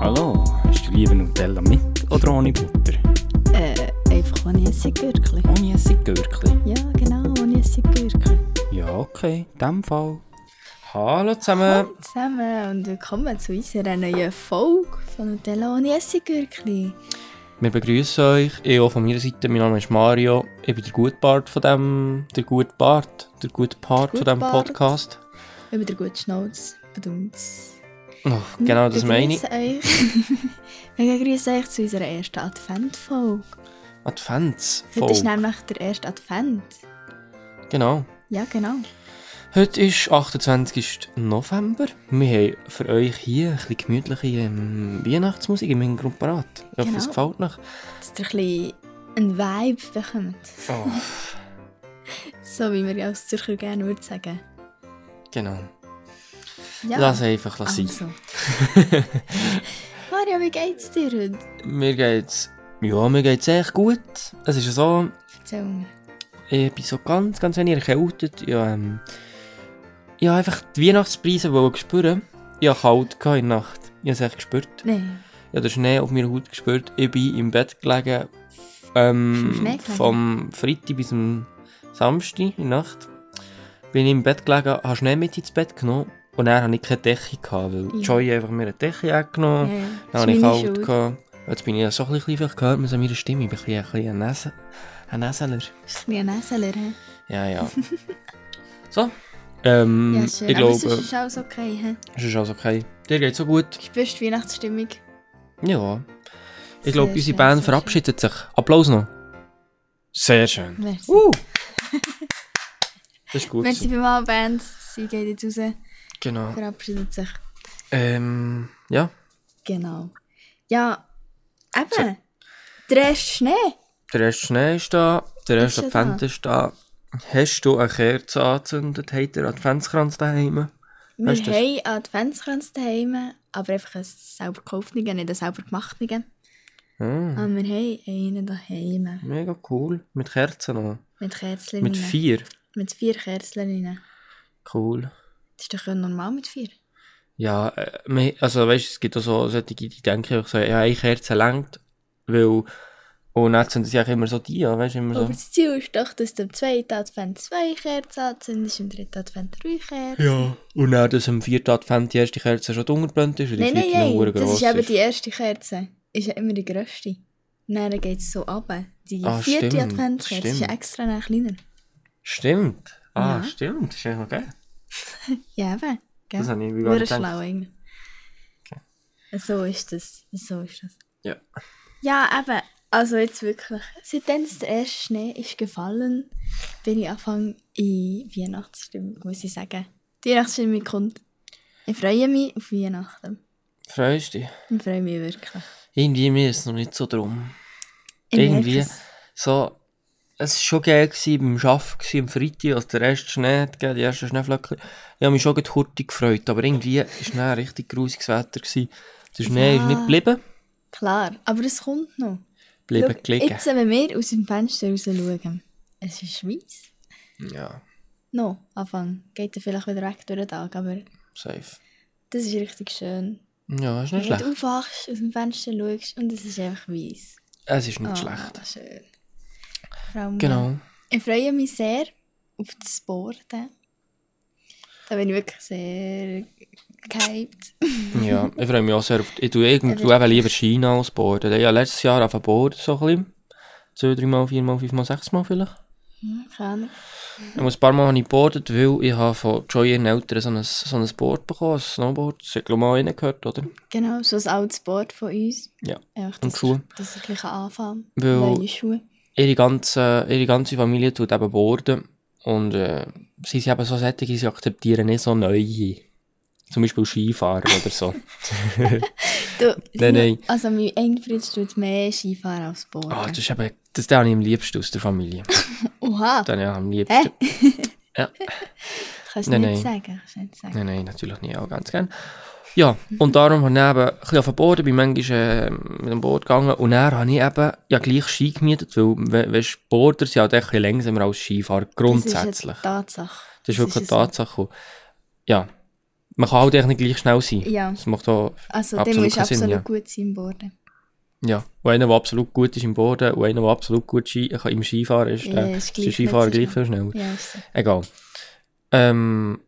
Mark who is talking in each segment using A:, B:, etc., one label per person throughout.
A: Hallo, hast du lieber Nutella mit oder ohne Butter?
B: Äh, einfach ohne Essiggürkli.
A: Ohne Essiggürkli?
B: Ja, genau, ohne Essiggürkli.
A: Ja, okay, in dem Fall. Hallo zusammen.
B: Hallo zusammen und willkommen zu unserer neuen Folge von Nutella ohne Essiggürkli.
C: Wir begrüßen euch. Ich auch von meiner Seite. Mein Name ist Mario. Ich bin der gute Part von dem, der gute Part, der gute Part von
B: Der gute
C: dem
B: Part.
C: Podcast.
B: Über den guten Schnauz. Bedummt.
C: Ach, genau das meine ich.
B: euch. Wir grüßen euch zu unserer ersten Advent-Folge.
C: Advents.
B: Heute ist nämlich der erste Advent.
C: Genau.
B: Ja, genau.
C: Heute ist 28. November. Wir haben für euch hier ein bisschen gemütliche ähm, Weihnachtsmusik im Hintergrund parat. Ich hoffe,
B: Genau.
C: es gefällt euch.
B: Dass ihr ein bisschen einen Vibe bekommt.
C: Oh,
B: So wie wir ja als Zürcher gerne würden sagen.
C: genau.
B: Ja,
C: Lass einfach sein.
B: also. Mario, wie geht's dir heute?
C: Mir geht's... Ja, mir geht's echt gut. Es ist ja so...
B: Erzähl mir.
C: Ich bin so ganz, ganz wenig erkältet. Ja, ähm, ich habe einfach die Weihnachtspreise wollen spüren. Ich hatte kalt gehabt in der Nacht. Ich habe es echt gespürt.
B: Nein.
C: Ich habe den Schnee auf meiner Haut gespürt. Ich bin im Bett gelegen. Ähm,
B: Im Schnee gelegen?
C: vom Freitag bis zum Samstag in der Nacht. Bin ich im Bett gelegen, habe Schnee mit ins Bett genommen. Und dann hatte ich keine Decke, gehabt, weil
B: Ja.
C: Joy einfach mir eine Decke
B: Ja,
C: angenommen
B: ja.
C: dann
B: Das
C: habe Ah. ich halt
B: ist meine
C: kalt.
B: Schuld.
C: gehabt. Jetzt bin ich ja so ein bisschen, vielleicht gehört man es an meiner Stimme, ich bin ein bisschen, ein bisschen ein Näse- ein Näseler.
B: Ein bisschen Näseler, hä?
C: Ja, ja. so. Ähm,
B: Ja, schön.
C: ich
B: Aber
C: glaube,
B: sonst ist alles okay, hä?
C: es ist alles okay. Dir geht's so gut.
B: Spürst du die Weihnachtsstimmung?
C: Ja. Ich
B: Sehr
C: glaube, unsere
B: schön,
C: Band
B: sehr
C: verabschiedet sich. Applaus noch. Sehr schön.
B: Merci.
C: Uh. Das ist gut.
B: Merci vielmals, Band. Sie geht jetzt raus,
C: Genau.
B: verabschiedet sich.
C: Ähm, ja.
B: Genau. Ja, eben. Der erste Schnee.
C: Der erste Schnee ist da. Der
B: Ist
C: erste
B: er da?
C: Advent ist da. Hast du eine Kerze angezündet? Hat der Adventskranz daheim?
B: Wir
C: Hast du das?
B: haben einen Adventskranz daheim, aber einfach einen selber gekauften, nicht einen selber gemachten.
C: Hm,
B: Aber wir haben einen daheim.
C: mega cool. Mit Kerzen noch.
B: Mit Kerzen
C: Mit
B: rein.
C: vier.
B: Mit vier Kerzen rein.
C: Cool.
B: Das ist doch ja normal mit vier.
C: Ja, äh, mir- also weißt du, es gibt auch so solche, die denken, ich sage, ja, ein Herz lenkt, weil, und dann sind sie auch immer so die, ja, weißt du, immer
B: Aber
C: so.
B: das Ziel ist doch, dass du am zweiten Advent zwei Kerzen anzündest, am dritten Advent drei Kerzen.
C: Ja. Und dann, dass am vierten Advent die erste Kerze schon dunkelbrannt ist, oder die
B: Nein, nein,
C: vierte noch
B: nein,
C: verdammt
B: das
C: gross
B: ist eben die erste Kerze. Ist ja immer die grösste. Und Dann geht es so runter. Die
C: Ah,
B: vierte
C: stimmt,
B: Adventskerze ist ja
C: stimmt.
B: extra noch kleiner.
C: Stimmt. Ah,
B: Ja.
C: stimmt, das ist eigentlich noch geil.
B: Ja, eben. Gell?
C: Das habe ich mir gar
B: Nur
C: nicht
B: schlau
C: gedacht.
B: eigentlich. So ist das. So ist das.
C: Ja.
B: Ja, eben. Also jetzt wirklich. Seitdem es der erste Schnee ist gefallen, bin ich angefangen in Weihnachtsstimmung, muss ich sagen. Die Weihnachtsstimmung kommt. Ich freue mich auf Weihnachten.
C: Freust dich?
B: Ich freue mich wirklich.
C: Irgendwie mir ist es noch nicht so drum.
B: Ich merke
C: Irgendwie.
B: es.
C: So, es war schon geil gewesen, beim Arbeiten gewesen, am Freitag, als der erste Schnee hat, gegeben, die ersten Schneeflocken. Ich habe mich schon gerade hurtig gefreut, aber irgendwie war es dann richtig grusiges Wetter. Gewesen. Der Schnee ist nicht geblieben,
B: Klar, aber es kommt noch.
C: geblieben
B: Schau,
C: gelegen.
B: Jetzt, wenn wir aus dem Fenster raus schauen, es ist weiss.
C: Ja,
B: Noch, Anfang. Geht er vielleicht wieder weg durch den Tag, aber
C: safe.
B: das ist richtig schön.
C: Ja, ist nicht
B: Wenn du
C: schlecht.
B: aufwachst, aus dem Fenster schaust und es ist einfach weiss.
C: Es ist nicht
B: Ah,
C: schlecht.
B: schön. Vor allem,
C: Genau.
B: äh, Ich freue mich sehr auf das Borden. Da bin ich wirklich sehr gehypt.
C: Ja, ich freue mich auch sehr auf Ich tue irgendwie
B: Ja,
C: eben lieber China als Boarden. Ich habe letztes Jahr auf dem Board so ein bisschen. Zwei, dreimal, viermal, fünfmal, sechsmal vielleicht.
B: Hm, Keine Ahnung.
C: Ich muss ein paar Mal habe ich geboardet, weil ich habe von Joy ihren Eltern so ein, so ein Board bekommen, ein Snowboard. Das hat, glaube ich, mal reingehört, oder?
B: Genau, so ein altes Board von uns.
C: Ja.
B: Einfach,
C: Und
B: dass,
C: Schuhe.
B: Ich, dass ich ein bisschen anfangen
C: Weil-
B: kann. Neue Schuhe.
C: ihre ganze, ihre ganze Familie tut eben boarden. Und äh, sie sind eben so sättig, sie akzeptieren nicht so neue. Zum Beispiel Skifahren oder so.
B: Du,
C: Nein, nein.
B: Also mein Engfried tut mehr Skifahren als Boden.
C: Ah, das ist eben, das habe ich am liebsten aus der Familie.
B: Oha,
C: Das habe ich am liebsten.
B: Hä?
C: Ja,
B: kannst du
C: Nein,
B: nicht
C: nein.
B: sagen. Kannst du nicht sagen.
C: nein, nein, natürlich nicht, auch ganz gern. Ja, und darum habe ich eben ein bisschen auf den Boden, bin manchmal äh, mit dem Board gegangen und dann habe ich eben ja gleich Ski gemietet, weil, we weisst, Boarder sind halt echt ein bisschen langsamer als Skifahrer,
B: Das ist eine
C: grundsätzlich.
B: Tatsache.
C: Das ist wirklich eine
B: so.
C: Tatsache. Und Ja. Man kann halt echt nicht gleich schnell sein.
B: Ja,
C: Das macht auch,
B: also
C: Absolut
B: der muss
C: keinen Sinn,
B: absolut
C: ja.
B: gut sein im Boden.
C: ja. Und einer, der absolut gut ist im Boden und einer, der absolut gut Ski, kann im Skifahren ist,
B: Ja,
C: der,
B: ist
C: ist
B: gleich
C: der
B: nicht
C: Skifahrer
B: so
C: gleich
B: schnell.
C: viel schneller.
B: Ja, ist so.
C: Egal. Ähm,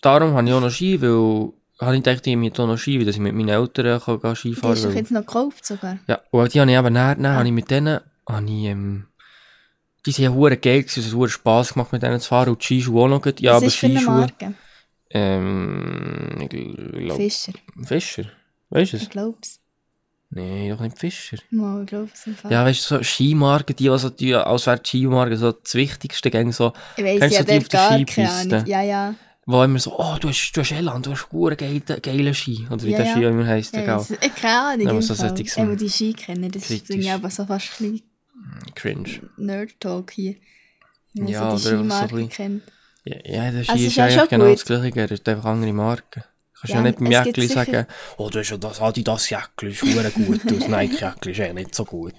C: darum habe ich auch noch Ski, weil habe ich gedacht, ich habe jetzt auch noch Ski, weil ich mit meinen Eltern kann gehen Ski
B: Die
C: fahren
B: hast du
C: kann.
B: doch jetzt noch gekauft sogar.
C: Ja, und die habe ich eben näher, näher
B: Ah.
C: habe ich mit denen, habe ich, ähm, die sind ja hure geil gewesen, es hat hure Spass gemacht mit denen zu fahren und die Skischuhe auch noch. gut. Ja,
B: Was
C: aber
B: ist für eine
C: Skischuhe,
B: Marke?
C: ähm, ich glaube,
B: Fischer.
C: Fischer, weißt du es?
B: Ich glaub's.
C: Nee, doch nicht Fischer.
B: Mal, ich glaub's im Fall.
C: Ja, weißt du, so Skimarken, die, die so, die, als wären die Skimarken so das Wichtigste, gegen so,
B: ich weiss,
C: kennst du
B: ich hab
C: die auf
B: dort
C: der
B: gar keine
C: Skipiste?
B: Ahnung. Ja, ja.
C: wo immer so, oh, du hast, du hast Elland, du hast hure geile, geile Ski, oder wie
B: Ja,
C: der
B: ja.
C: Ski immer heisst,
B: Ich
C: egal.
B: weiss- ich hab Also, äh, keine Ahnung.
C: Ja, aber
B: im
C: so
B: Fall.
C: solches-
B: Ich muss die Ski kennen. Das ist
C: Kritisch.
B: irgendwie aber so fast ein bisschen
C: Cringe.
B: Nerd-Talk hier. Wenn man
C: Ja, oder
B: so die
C: so ein
B: Skimarke
C: bisschen-
B: kennt.
C: Ja, ja der Ski
B: Also,
C: ist
B: ist ja
C: ja
B: schon
C: eigentlich genau
B: gut.
C: das gleiche, er hat einfach andere Marken. Kannst ja,
B: Ja,
C: nicht beim
B: es gibt
C: Jäckli
B: sicher-
C: sagen, oh, du hast ja das Adidas-Jäckli, ist hure gut, und das Nike-Jäckli ist ja nicht so gut.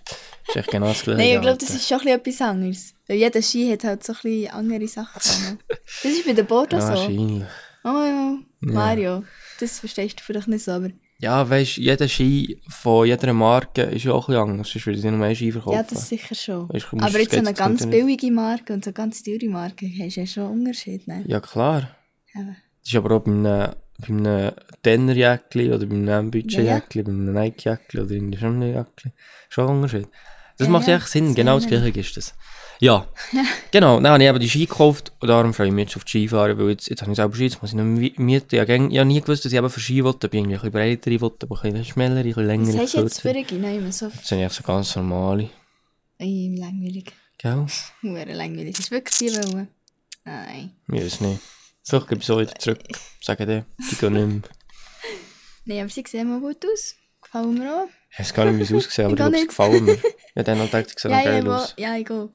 C: ist echt genau das gleiche.
B: Nein, ich glaube,
C: Alter.
B: das ist schon ein bisschen etwas anderes. Weil jeder Ski hat halt so ein bisschen andere Sachen. dran. das ist bei den Bordeaux
C: ja,
B: so.
C: wahrscheinlich.
B: Oh ja, Mario. Das verstehst du vielleicht nicht so, aber
C: Ja, weißt du, jeder Ski von jeder Marke ist ja auch ein bisschen anders, dus sonst würde ich nicht mehr einen Ski verkaufen.
B: ja, das sicher schon.
C: Weißt du, du musst-
B: aber jetzt so
C: geht's
B: eine
C: jetzt kommt
B: ganz
C: ja nicht-
B: billige Marke und so eine ganz teure Marke hast du ja schon einen Unterschied. Ne?
C: Ja, klar.
B: Eben.
C: Das ist aber auch bei einem, bei einem Tenner-Jäckli oder bei einem Budget-Jäckli, bei einem Nike-Jäckli oder irgendeinem Schirmli-Jäckli. Schon ein Unterschied. Das
B: Ja,
C: macht
B: ja,
C: echt Sinn,
B: das
C: genau das
B: sehen
C: gleiche ist das. Ja, genau. Dann habe ich eben die Ski gekauft und darum freue ich mich jetzt auf die Skifahren, weil jetzt, jetzt habe ich selber Ski, jetzt muss ich nicht mehr wie- mieten. Ich habe, gäng- ich habe nie gewusst, dass ich eben für Ski wollte. Ich bin irgendwie ein bisschen breiter, wollte, aber ein bisschen schneller, ein bisschen länger.
B: Was hast du jetzt für eine Nein, immer so
C: Das sind ja so ganz normale.
B: Ey, langweilig.
C: Gell?
B: Hure langweilig. Ist wirklich die Welle? Nein.
C: Ich weiß nicht. Vielleicht gebe ich so wieder zurück. Sagen dir, die gehen nicht mehr.
B: Nein, aber sie sehen mal gut aus. Gefallen mir auch.
C: Ich weiß gar nicht, wie es aussieht, aber ich
B: Ich auch
C: glaube, es
B: nicht.
C: gefällt mir. Ja, dann hat er gedacht, ich sehe
B: Ja,
C: noch
B: ja,
C: geil
B: wo,
C: aus.
B: ja, ich gehe.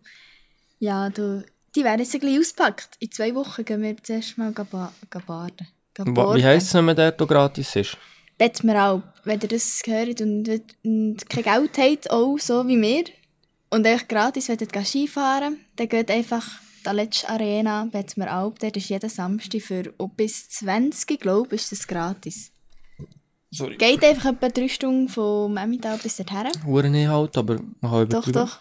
B: Ja, du, die werden jetzt ein bisschen ausgepackt. In zwei Wochen gehen wir zuerst mal ga ba- ga baden. Ga
C: Wa- Wie
B: boarden.
C: heisst es, wenn man dort gratis ist?
B: Bettmeralp, wenn ihr das hört und, und kein Geld habt, auch so wie wir, und euch gratis wollt ihr Skifahren, dann geht einfach die letzte Arena Bettmeralp, dort ist jeden Samstag für und bis 20, glaube ich, ist das gratis.
C: Sorry.
B: Geht einfach etwa drei Stunden vom Emmental bis dorthin.
C: Uhren nicht halt, aber man kann
B: Doch,
C: überbrücken.
B: doch,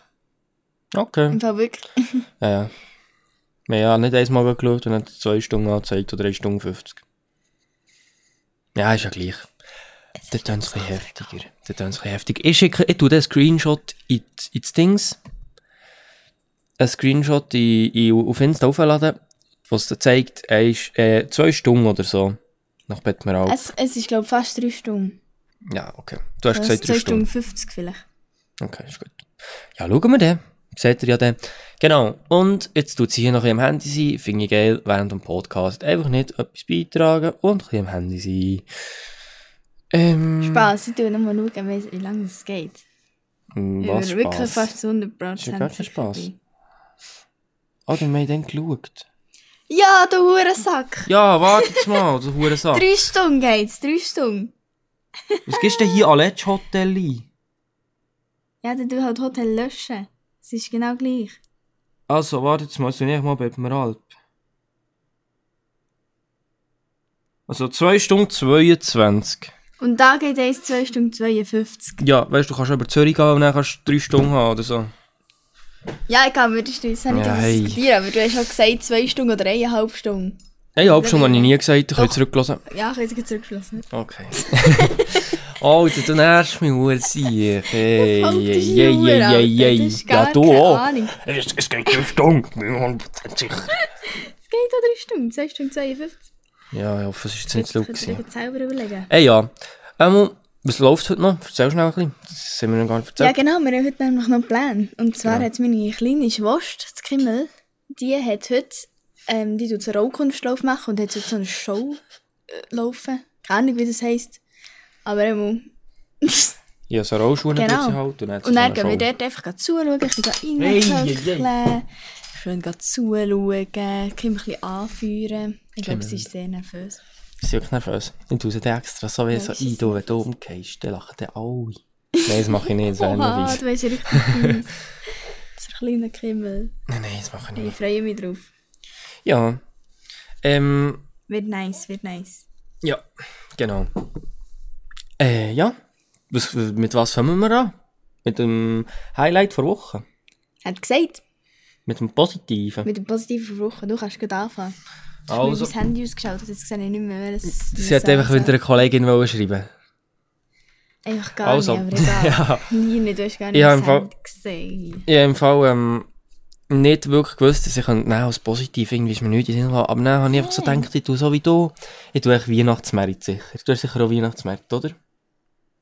C: Okay.
B: im Fall wirklich.
C: Ja, ja. Wir haben ja nicht einmal geschaut und haben zwei Stunden angezeigt oder 3 Stunden 50. Ja, ist ja gleich. Dort tun es ein bisschen heftiger. Dort tun es ein bisschen heftiger. Ich schicke, ich tue den Screenshot in die- in das Dings. Ein Screenshot in, in, auf Insta aufladen, was dir zeigt, er ist äh, zwei Stunden oder so. Nach Bettmeralp.
B: Es, es ist, glaube ich, fast drei Stunden.
C: Ja, okay. Du hast
B: Also
C: gesagt, drei
B: 2
C: Stunden.
B: Stunden 50 vielleicht. um
C: Okay, ist gut. Ja, schauen wir den. Seht ihr ja den. Genau. Und jetzt tut sie hier noch ein bisschen am Handy sein. Finde ich geil, während dem Podcast einfach nicht etwas beitragen und ein bisschen am Handy sein. Ähm,
B: Spass, ich tue nochmal schauen, wie wie lange es geht.
C: hm, Was
B: ich bin wirklich
C: Spaß?
B: fast 100%
C: Ist ja gar kein
B: sicher
C: Spass.
B: dabei.
C: Ah, dann haben wir dann geschaut.
B: Ja, du Hurensack!
C: Ja, wartet mal, du Hurensack.
B: Drei Stunden geht's, drei Stunden.
C: Was gibst du denn hier an letztes Hotel ein?
B: Ja, dann du halt Hotel löschen. Es ist genau gleich.
C: Also, wartet mal, sind ich mal bei Alp. Also 2 Stunden 22.
B: Und da geht es 2 Stunden 52.
C: Ja, weißt du, du kannst über Zürich gehen und dann kannst du 3 Stunden haben oder so.
B: Ja, ich kann mir das nicht so
C: Ja,
B: ja,
C: hey.
B: diskutieren, aber du hast schon gesagt 2 Stunden oder 1,5 Stunden.
C: Eine halbe Stunde habe ich nie gesagt, ich kann
B: Doch.
C: zurücklassen.
B: Ja, ich habe jetzt zurückgelassen.
C: Okay. Alter, du nervst mich, Ursi. Hey,
B: Alter,
C: hey,
B: Halt, das ist
C: hey,
B: Jura, Alter,
C: hey, hey,
B: das
C: hey.
B: ist
C: Ja,
B: gar
C: du
B: keine
C: auch.
B: Ahnung.
C: Es, es geht um Stunden, ich bin 100% sicher.
B: Es geht auch 3 Stunden, 2 Stunden 52.
C: Ja, ich hoffe, es war jetzt nicht
B: Jetzt
C: so
B: könnt ihr
C: gewesen.
B: euch selber überlegen.
C: Ey, ja. Ähm, was läuft heute noch? Erzähl schnell ein bisschen. Das haben wir noch gar nicht
B: Ja,
C: erzählt.
B: genau, wir haben heute nämlich noch einen Plan. Und zwar
C: Genau.
B: hat meine kleine Schwast, das Kimmel, die hat heute, ähm, die tut so einen Rollkunstlauf machen und hat heute so eine Show äh, laufen. Keine Ahnung, wie das heisst. Aber einmal.
C: Ja, so Rollschuhe
B: Genau.
C: genau. halt und dann,
B: Und dann
C: so
B: gehen
C: eine
B: wir
C: Show.
B: dort einfach grad zuschauen, ein bisschen
C: Ei, ei, ei.
B: reinklöckeln, schön grad zuschauen, Kim ein bisschen anfeuern. Ich glaube, sie ist sehr nervös.
C: Ich bin wirklich nervös. Ich tue sie dir extra so wie
B: Ja,
C: so
B: ist es
C: ein, du, wenn du umgehst, dann lachen dann alle. Nein, das mache ich nicht, das wäre noch
B: Oha,
C: weiss.
B: du bist ja richtig fies. Zur kleinen Kimmel.
C: Nein, nein, das mache ich nicht.
B: Ich freue mich drauf.
C: Ja. Ähm,
B: Wird nice, wird nice.
C: Ja, genau. Äh, ja. Was, mit was fangen wir an? Mit dem Highlight der Woche?
B: Hat gesagt,
C: Mit dem Positiven?
B: mit dem positiven Woche, du kannst gut anfangen. Ich habe
C: also,
B: mein Handy ausgeschaut, jetzt sehe ich nicht mehr, welches...
C: sie hat einfach wieder eine Kollegin wollen schreiben.
B: Einfach gar
C: Also.
B: nicht, aber egal.
C: Ja.
B: Nie, nicht, du hast gar nicht
C: Ich habe
B: ja,
C: im Fall-
B: Handy gesehen.
C: Ich habe im Fall ähm, nicht wirklich gewusst, dass ich könnte, nein, als positiv irgendwie ist mir nichts in den Sinn gekommen. Aber dann habe ich einfach so gedacht, ich tue so wie du. Ich tue echt Weihnachtsmerit sicher. Du hast sicher auch Weihnachtsmerit, oder?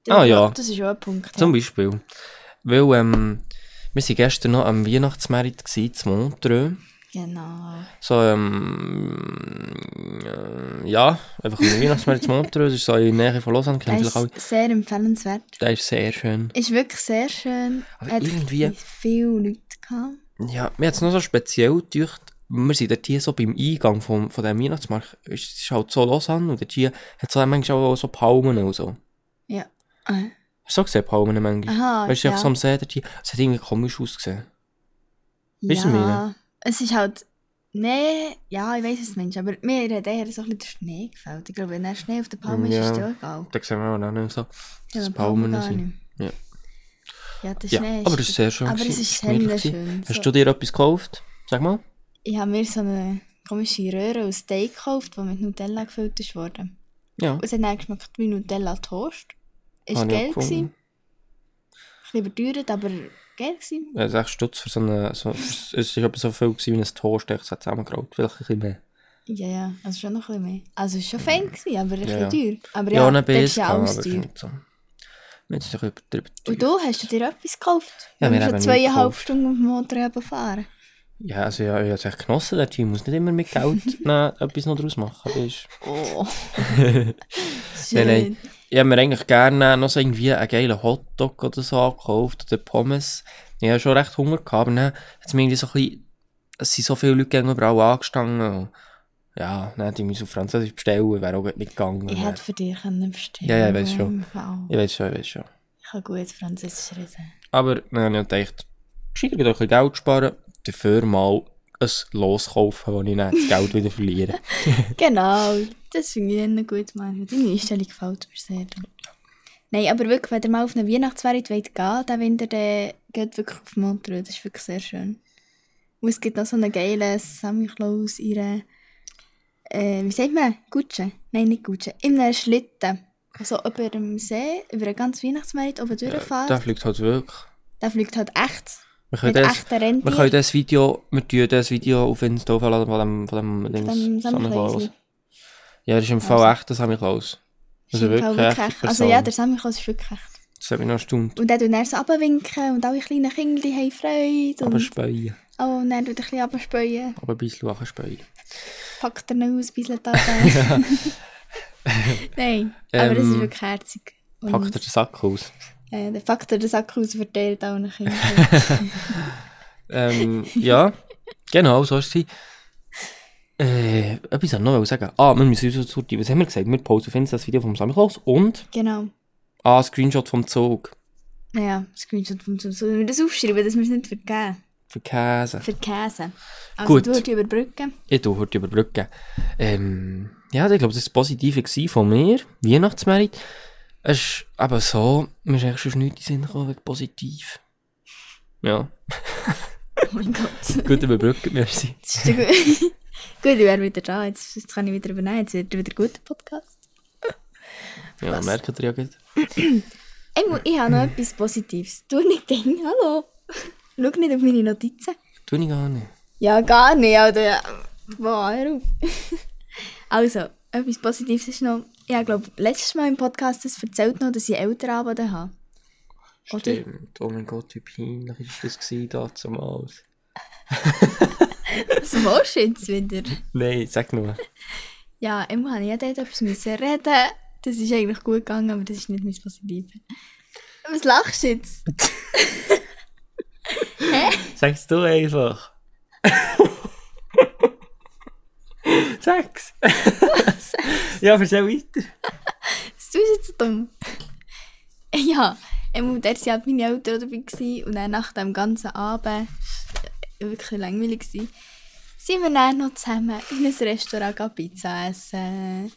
C: Ah, ja.
B: Das ist auch ein Punkt.
C: Zum Beispiel. Weil ähm, wir waren gestern noch am Weihnachtsmerit gewesen, zu Montreux.
B: Ja. Genau.
C: So, ähm, äh, ja, einfach am Weihnachtsmerit zu Montreux. Das ist so in der Nähe von Lausanne. Kennen
B: Er
C: vielleicht alle.
B: ist sehr empfehlenswert.
C: Der ist sehr schön.
B: Ist wirklich sehr schön.
C: Aber irgendwie-
B: viele Leute gehabt.
C: Ja, mir hat es noch so speziell gedacht, wir sind dort hier so beim Eingang vom, von diesem Weihnachtsmarkt, ist, ist halt so Lausanne und dort hier hat es auch manchmal auch so Palmen und so.
B: Ja. Äh,
C: Hast du auch gesehen, Palmen manchmal?
B: Aha,
C: weißt du,
B: ja.
C: einfach so am See dort hier, es hat irgendwie komisch ausgesehen. Weisst du, was ich
B: ja.
C: meine?
B: Es ist halt... Nee, ja, ich weiß es Mensch, aber mir hat eher so ein bisschen der Schnee gefällt. Ich glaube, wenn er Schnee auf der Palme ist,
C: Ja.
B: ist es ja egal.
C: Da sehen wir auch nicht so,
B: Ja,
C: dass es
B: aber
C: Palmen
B: Palmen gar
C: sind.
B: nicht.
C: Ja.
B: Ja, der
C: Ja,
B: Schnee ist...
C: aber das ist äh, sehr schön.
B: Aber es
C: gewesen,
B: ist
C: gemütlich
B: sehr
C: gewesen.
B: schön.
C: Hast
B: So-
C: du dir etwas gekauft? Sag mal.
B: Ich habe mir so eine komische Röhre aus Steak gekauft, die mit Nutella gefüllt ist worden.
C: Ja.
B: Und es hat dann geschmeckt wie Nutella Toast. Ist
C: habe ich auch
B: geil
C: gefunden.
B: gewesen. Ein bisschen überteuert, aber geil gewesen.
C: Ja, 6 Stutz für so eine, so, es ist aber so viel gewesen, wie ein Toast, ich hat zusammengerollt, vielleicht ein bisschen mehr.
B: Ja, ja, also schon noch ein bisschen mehr. Also es war schon fein, gewesen, aber ein
C: Ja, ja.
B: bisschen teuer. Aber
C: Ja,
B: ja,
C: eine
B: das ist
C: Base
B: ja
C: kann, aber
B: alles
C: es ist
B: teuer.
C: nicht so. Wir sind doch übertrieben
B: Und
C: teuer.
B: du, hast du dir etwas gekauft?
C: Ja, wir
B: wir haben
C: haben
B: schon
C: nichts
B: zweieinhalb
C: gekauft.
B: Stunden auf dem Motorrad fahren.
C: Ja, also ja, ich habe es echt genossen, der Team muss nicht immer mit Geld nein, etwas noch draus machen. Weißt.
B: Oh. Schön.
C: Nein, nein. Ich habe mir eigentlich gerne noch so irgendwie einen geilen Hotdog oder so angekauft oder Pommes. Ich habe schon recht Hunger gehabt, aber dann hat es mir irgendwie so ein bisschen, es sind so viele Leute gegenüber auch angestanden. Und, ja, dann hätte ich mich auf Französisch bestellen, wäre auch gut nicht gegangen.
B: Ich hätte für dich können bestellen
C: Ja, ja, ich weiss schon.
B: im Fall.
C: ich weiß schon, ich weiß schon.
B: Ich kann gut Französisch reden.
C: Aber dann habe ich gedacht, gescheiter geht ein bisschen Geld sparen, dafür mal ein Los kaufen, wo ich dann das Geld wieder verliere.
B: Genau, das finde ich dann gut, Mario. Deine Einstellung gefällt mir sehr. Nein, aber wirklich, wenn ihr mal auf eine Weihnachtsfeier wollt gehen, dann winter der geht wirklich auf Montreux. Das ist wirklich sehr schön. Und es gibt noch so einen geilen Sammy Claus ihre äh, wie sagt man? Gutsche? Nein, nicht Gutsche. In einem Schlitten. Also über dem See, über den ganzen Weihnachtsmarkt oben durchfahren.
C: Da fliegt halt wirklich.
B: der fliegt halt echt.
C: Wir können,
B: Mit
C: das,
B: echten
C: wir können
B: Rentieren.
C: das Video, wir tun das Video auf Insta aufladen von dem, von dem Dings.
B: Dem Sammy
C: Sammy Klaus.
B: Claus.
C: Ja, das ist im Fall echt, das habe ich Klaus.
B: Ist
C: Also
B: im Fall
C: wirklich eine echte
B: echt. Also ja,
C: Person.
B: der Sammy Claus ist wirklich echt.
C: Das hat mich noch erstaunt.
B: Und dann tut er so abwinken und alle kleinen Kinder haben Freude.
C: Aber
B: Und,
C: speien.
B: oh, und dann tut er ein bisschen abspähen,
C: Aber ein bisschen auch speien.
B: packt er ihn aus, ein bisschen da. da. Nein, aber das ist
C: Ähm,
B: wirklich herzig. Und,
C: Packt er den Sack aus.
B: äh, dann packt er den Sack raus und verteilt allen Kindern.
C: Ähm, ja, genau, so ist sie. Äh, etwas wollte ich noch sagen. Ah, wir müssen uns zur Was haben wir gesagt? Wir posten auf Insta das Video vom Sammy Klaus und
B: genau.
C: ah, ein Screenshot vom Zug.
B: Naja, Screenshot vom Zoom. Sollen wir das aufschreiben, dass wir es nicht vergeben?
C: Für Käse.
B: Für die Käse. Also
C: Gut.
B: du hast die überbrücken.
C: Ich tue heute überbrücken. Ähm, ja, ich glaube, das war das Positive gewesen von mir. Weihnachtsmerit. Es ist eben so, mir ist eigentlich schon nichts in den Sinn gekommen wegen positiv. Ja,
B: Oh mein Gott.
C: gut überbrücken, merci.
B: Das ist ja gut. gut, ich wäre wieder da. Jetzt, jetzt kann ich wieder übernehmen. Jetzt wird wieder ein guter Podcast.
C: Ja, merkt ihr ja gut.
B: Ich, muss, ich habe noch etwas Positives. Du nicht denken, hallo. Schau nicht auf meine Notizen.
C: Tue ich gar nicht.
B: Ja, gar nicht, Alter. Boah, hör auf. also, etwas Positives ist noch, ich habe, glaube letztes Mal im Podcast das erzählt noch, dass ich Elternabende habe. Oder?
C: Stimmt. Oh mein Gott, wie peinlich ist das gewesen damals.
B: Das war's jetzt wieder.
C: Nein, sag nur.
B: Ja, immer habe ich ja dort etwas müssen reden. Das ist eigentlich gut gegangen, aber das ist nicht mein Positives. Was lachst du jetzt?
C: Sag's du einfach. Sag's. ja, erzähl weiter.
B: Was tust du jetzt so dumm? ja, ich muss dort waren halt meine Eltern dabei gewesen, und dann nach dem ganzen Abend, äh, wirklich langweilig gewesen, sind wir dann noch zusammen in ein Restaurant gegangen, Pizza essen.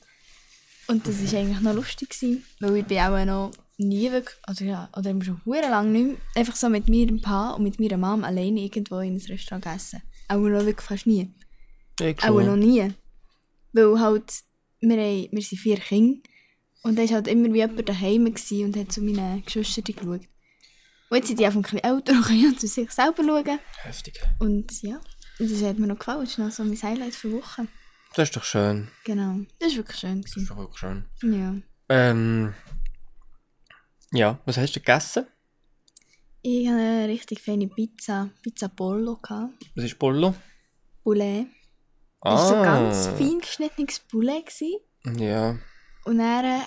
B: Und das war eigentlich noch lustig, gewesen, weil ich bin auch noch nie wirklich, oder ja, oder eben schon sehr lange nicht mehr, einfach so mit meinem Pa und mit meiner Mom alleine irgendwo in ein Restaurant gegessen. Auch noch wirklich fast nie.
C: Ich
B: Auch noch
C: schon.
B: nie. Weil halt, wir, haben, wir sind vier Kinder und da war halt immer wie jemand daheim gewesen und hat zu meinen Geschwistern geschaut. Und jetzt sind die einfach ein bisschen älter und können zu sich selber schauen.
C: Heftig.
B: Und ja, und das hat mir noch gefallen. Das ist noch so mein Highlight für die Woche.
C: Das ist doch schön.
B: Genau, das war wirklich schön.
C: Das ist
B: Gewesen.
C: doch wirklich schön.
B: Ja.
C: Ähm. Ja, was hast du gegessen?
B: Ich hatte eine richtig feine Pizza, Pizza Bollo. gehabt.
C: Was ist Bollo?
B: Poulet.
C: Ah.
B: Das war so ganz fein geschnittenes Poulet. Gewesen.
C: Ja.
B: Und dann, äh,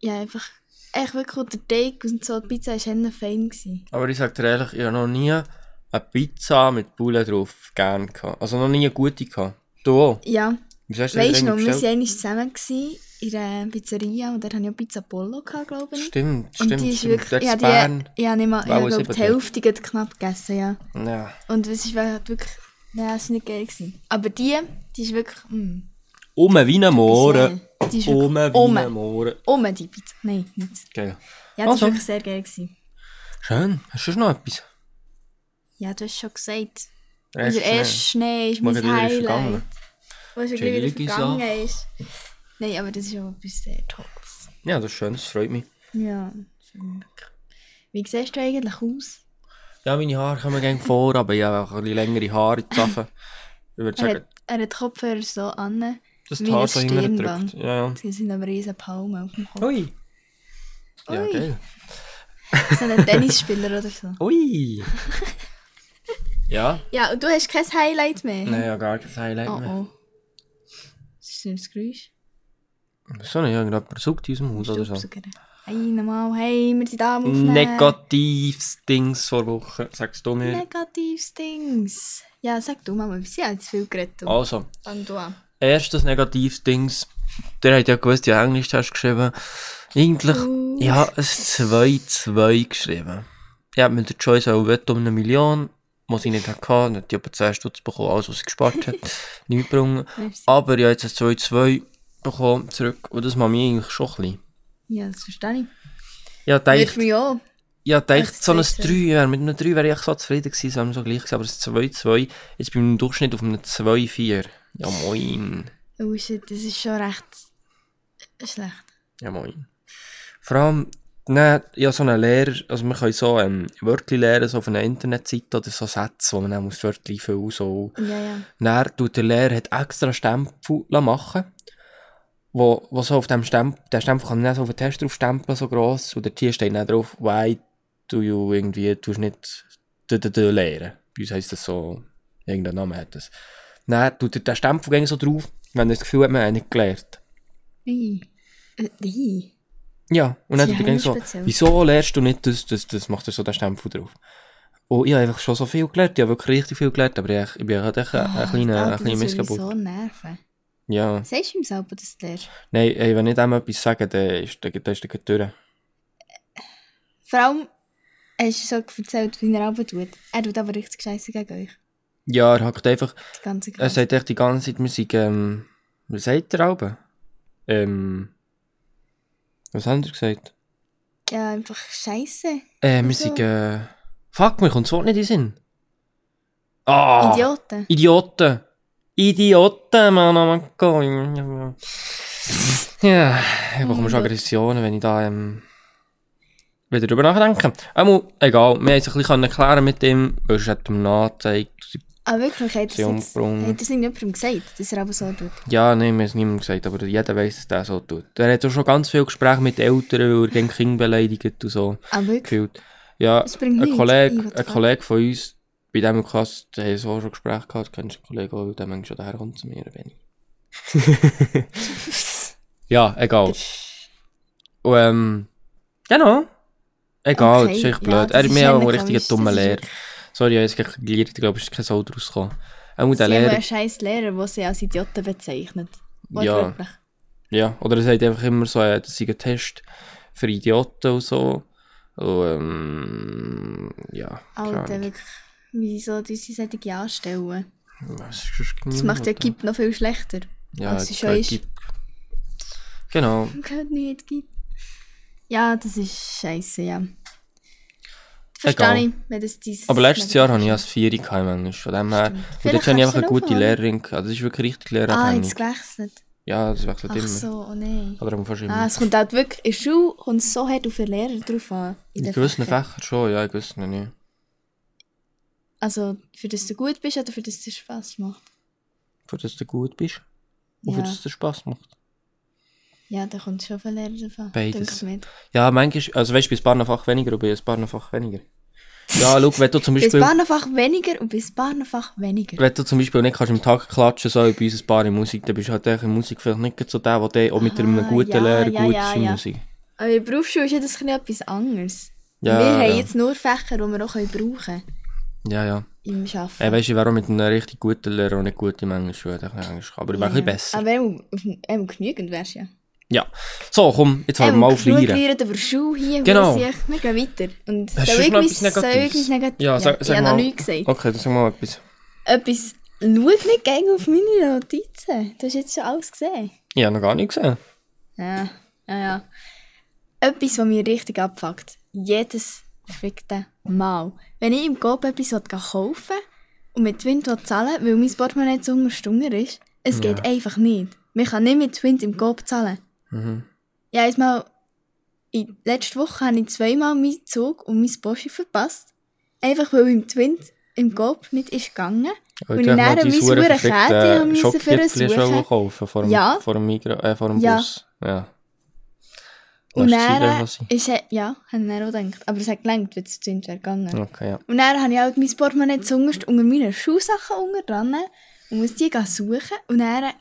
B: ja, einfach, echt wirklich der Teig und so, die Pizza war eher fein. Gewesen.
C: Aber ich sag dir ehrlich, ich habe noch nie eine Pizza mit Bulle drauf gern gehabt. Also noch nie eine gute gehabt. Du auch?
B: Ja,
C: Wieso hast du
B: weißt du
C: denn
B: noch,
C: eine
B: wir waren
C: bestellt?
B: einmal zusammen gewesen in einer Pizzeria und da hatte ich auch Pizza Bollo, gehabt, glaube ich.
C: Stimmt,
B: Und
C: stimmt,
B: die ist
C: stimmt.
B: wirklich,
C: Dort
B: ja,
C: in
B: die,
C: Bern.
B: ja, nicht mal, ich
C: Wow,
B: glaube,
C: sieben
B: die
C: Tage.
B: Hälfte gerade knapp gegessen, ja.
C: Ja.
B: Und es ist halt wirklich, nein, es war nicht geil. Gewesen. Aber die, die ist wirklich, hm, mh,
C: Um Wiener Mohren.
B: sehr- die ist
C: Um
B: wirklich-
C: Wiener
B: um.
C: Mohren.
B: um die Pizza. Nein, nicht.
C: Geil.
B: Ja, das
C: Also.
B: war wirklich sehr geil. Gewesen.
C: Schön. Hast du sonst noch etwas?
B: Ja, du hast schon gesagt.
C: Der
B: Und der erste Schnee ist mein
C: Morgen wieder ist
B: Highlight.
C: vergangen.
B: Wo schon gleich wieder
C: Chillige
B: vergangen ist. Nein, aber das ist auch etwas sehr Tolles.
C: Schnee. Ja, das ist schön, das freut mich.
B: Ja, das ist wirklich. Wie siehst du eigentlich aus?
C: Ja, meine Haare kommen gerne vor, aber ich habe auch ein bisschen längere Haare in die Sache. Ich würde
B: Er
C: sagen,
B: hat, er hat die Kopfhörer so an.
C: dass
B: wie
C: die
B: eine
C: Haare so hinten
B: Stirnband.
C: drückt. Ja, ja.
B: Sie sind aber riesen Palmen auf dem Kopf.
C: Ui. Oh, Ja,
B: Ui.
C: geil.
B: So ein Tennisspieler oder so.
C: Ui. ja.
B: Ja, und du hast kein Highlight mehr.
C: Nein, ja, gar kein Highlight
B: Oh
C: mehr.
B: oh. Das ist nicht das Geräusch. oh.
C: Wieso nicht? Irgendjemand versucht in unserem Haus oder so.
B: Staubsauger. Hey, nochmal, hey, wir sind da am Aufnehmen.
C: Negatives Dings vor Woche, sagst du mir.
B: Negatives Dings. Ja, sag du mal, wir sind ja jetzt viel geredet. Oh.
C: Also,
B: Fang du an.
C: erstes negatives Dings. Der hat ja gewusst, ja, Englisch hast du geschrieben. Eigentlich,
B: Uh.
C: ich habe ein 2-2 geschrieben. Ich habe mit der Joyce auch wett um eine Million, was ich nicht hatte. Nicht etwa 10 Stutz bekommen, alles, was ich gespart hat. nicht gebrungen.
B: Merci.
C: Aber ich habe jetzt ein 2-2 bekommen, zurück. Und das macht mich eigentlich schon ein bisschen.
B: Ja, das verstehe ich.
C: Ich habe
B: Echt?
C: gedacht,
B: mich auch.
C: Ja,
B: Echt
C: denkt, so ein 3
B: sicher?
C: wäre, mit einem 3 wäre ich so zufrieden gewesen, es wäre mir so gleich gewesen, aber ein 2-2, jetzt bin ich im Durchschnitt auf einem 2-4. Ja moin.
B: Oh shit, das ist schon recht schlecht.
C: Ja moin. Vor allem, ne, ja so einen Lehrer, also wir können so ähm, Wörter lernen, so auf einer Internetseite oder so Sätze, wo man dann muss Wörter einfüllen so.
B: Ja, ja.
C: Dann tut der Lehrer hat extra Stempel la machen, wo, wo so auf dem Stempel, der Stempel kann man dann so auf den Test drauf stempeln, so gross, und der Tier steht dann drauf, why do you irgendwie, tust nicht d -d -d lehren. Bei uns heisst das so, irgendein Name hat das. Dann tut er den Stempel gegen so drauf, wenn er das Gefühl hat, man hat nicht gelernt.
B: Hey. Äh, hey.
C: Ja, und dann
B: Sie
C: tut er
B: haben
C: gegen so,
B: speziell.
C: wieso lehrst du nicht das, das, das macht er so den Stempel drauf. Und ich habe einfach schon so viel gelernt, ich habe wirklich richtig viel gelernt, aber ich, ich bin halt echt ein,
B: Ah,
C: ein kleiner, ein kleiner Missgeburt.
B: so nerven.
C: Ja.
B: Sagst du ihm selber, dass du lernst?
C: Nein, ey, wenn ich dem etwas sage, dann ist der, dann ist der gleich durch.
B: Vor allem hast du so erzählt, wie er aber tut. Er tut aber richtig scheiße gegen euch.
C: Ja, er hackt einfach,
B: Die ganze
C: er sagt echt die ganze Zeit, wir sind, ähm, was sagt er aber? Ähm, was haben er gesagt?
B: Ja, einfach scheiße.
C: Äh, wir
B: Wieso?
C: sind, äh, fuck, mir kommt das Wort nicht in den Sinn. Ah!
B: Idioten.
C: Idioten! Idioten, Mann, oh mein Gott. Ja, ich bekomme schon Aggressionen, wenn ich da ähm, wieder drüber nachdenke. Aber egal, wir konnten es ein bisschen erklären mit ihm, weil es hat ihm nachgezeigt.
B: Aber Ah, wirklich, hat das
C: Sie
B: jetzt,
C: umgebrungen.
B: hat das niemandem gesagt, dass er aber so tut?
C: Ja, nein, mir hat es niemand gesagt, aber jeder weiß, dass der so tut. Er hat auch schon ganz viele Gespräche mit Eltern, weil er gegen Kinder beleidigt und so.
B: Aber Ah, wirklich,
C: Gefühlt. Ja,
B: das bringt
C: Ein
B: nichts. Ey,
C: Kollege,
B: what the
C: ein
B: fuck.
C: Kollege von uns, bei dem Klasse, da haben wir so schon Gespräche gehabt, kennst du einen Kollegen, auch, weil der manchmal schon daherkommt zu mir, Benni. ja, egal. Und, ähm, genau. Egal, das ist echt
B: Okay,
C: blöd.
B: ja,
C: er
B: das
C: ist
B: ist
C: mir auch ein
B: schlimm,
C: richtiger
B: komisch,
C: dummer
B: das ist
C: Lehrer. Sorry, ich habe jetzt gelernt, ich glaube, es ist kein Soul draus gekommen. Auch mit
B: Sie
C: der
B: haben
C: Lehrer.
B: einen scheiß Lehrer, der sie als Idioten bezeichnet.
C: Ja.
B: Wortwörtlich.
C: Ja, oder er sagt einfach immer so, äh, das sei ein Test für Idioten und so. Und, ähm, ja, keine
B: Alter,
C: Ahnung.
B: wirklich. Wieso die sie solche anstellen?
C: Das, ist sonst
B: Das
C: niemand,
B: macht ja
C: oder?
B: Gip noch viel schlechter.
C: Hm, Ja,
B: als es
C: jetzt
B: schon
C: geht
B: ist.
C: Gip. Genau.
B: Man hört nicht Gip. Ja, das ist scheiße, ja.
C: Egal.
B: Verstehe ich, wenn das dein...
C: Aber letztes Jahr hatte ich ja ein Vieri gehabt, manchmal. Von dem her. Und
B: Vielleicht
C: jetzt habe ich
B: kannst
C: einfach eine
B: du
C: gute
B: aufhören.
C: Lehrerin gehabt. Das ist wirklich richtig
B: Ah,
C: lehrerabhängig.
B: jetzt gewechselt.
C: ja, das wechselt
B: Ach
C: immer.
B: so, oh nein.
C: Oder fast immer.
B: Ah, es kommt halt wirklich... In der Schule kommt es so hart auf den Lehrer drauf an. in
C: in
B: den
C: gewissen
B: Fächern.
C: Fächern schon, ja, in gewissen nicht.
B: Also, für das du gut bist oder für das dir Spass macht.
C: Für das du gut bist und
B: Ja,
C: für das dir Spass macht.
B: ja da kommt schon auf den Lehrer drauf an.
C: Beides.
B: denke ich mir.
C: Ja, manchmal, also weißt du, bei ein paar Fach weniger und bei ein paar Fach weniger. Ja, schau, wenn du zum
B: Bis
C: Beispiel,
B: Bahnhoffach weniger und bis Bahnhoffach weniger.
C: wenn du zum Beispiel nicht kannst im Tag klatschen so wie bei uns ein paar in Musik, dann bist du halt echt in Musik vielleicht nicht gerade so der, der dann auch mit
B: Aha,
C: einem guten
B: ja,
C: Lehrer
B: ja,
C: gut
B: ja,
C: ist in
B: ja.
C: Musik.
B: Aber in der Berufsschule ist ja das ein bisschen etwas anderes.
C: Ja,
B: wir haben
C: ja.
B: jetzt nur Fächer, die wir auch können brauchen können
C: Ja, ja.
B: im Arbeiten.
C: Ey, weißt du, ich wäre auch mit einem eh, richtig guten Lehrer und nicht gut im Englisch, würde ich nicht Englisch kann, aber ich wäre ein bisschen besser.
B: Aber einmal, auf dem- einmal genügend wärst du ja.
C: Ja. So, komm, jetzt haben wir mal
B: Einmal
C: auf
B: genug
C: Lieren.
B: gelernt über Schule hier.
C: Genau.
B: Wir, sind, wir gehen weiter. Und
C: Hast du
B: soll
C: schon
B: ich
C: noch etwas
B: etwas
C: Negatives?
B: Negatives? Negativ?
C: Ja, sag- sag
B: ich habe
C: mal.
B: noch nie gesagt.
C: Okay, dann sag mal etwas.
B: Etwas, schau nicht gegen auf meine Notizen. Du hast jetzt schon alles gesehen.
C: Ich habe noch gar nicht gesehen.
B: Ja, ja, ja. Etwas, was mich richtig abfuckt. Jedes verfickte Mal. Wenn ich im Coop etwas kaufen will und mit Twint will zahlen weil mein Portemonnaie zu Hunger ist, es geht einfach nicht. Man kann nicht mit Twint im Coop zahlen.
C: Mhm.
B: Ja, jetzt mal... In, letzte Woche habe ich zweimal meinen Zug und mein Porsche verpasst. Einfach weil im Twint im Coop nicht ist gegangen.
C: Weil
B: Und
C: du
B: dann
C: mal
B: mein
C: dein
B: verdammte
C: verdammte
B: Kärtchen
C: verfickte
B: haben müssen für
C: Schockviertel
B: das
C: äh, schon
B: Suchen.
C: kaufen vor dem,
B: Ja.
C: vor dem, Migro, äh, vor dem
B: Ja.
C: Bus. Ja.
B: Und
C: Lass es sein,
B: dann
C: lass es sein.
B: ist er, ja, habe ich dann auch gedacht. Aber es hat gelangt, weil es zu Twint wäre gegangen.
C: Okay, ja.
B: Und dann habe ich halt mein Portemonnaie zuunterst unter meinen Schuhsachen unter dran und muss die gehen suchen. Und dann, Alter,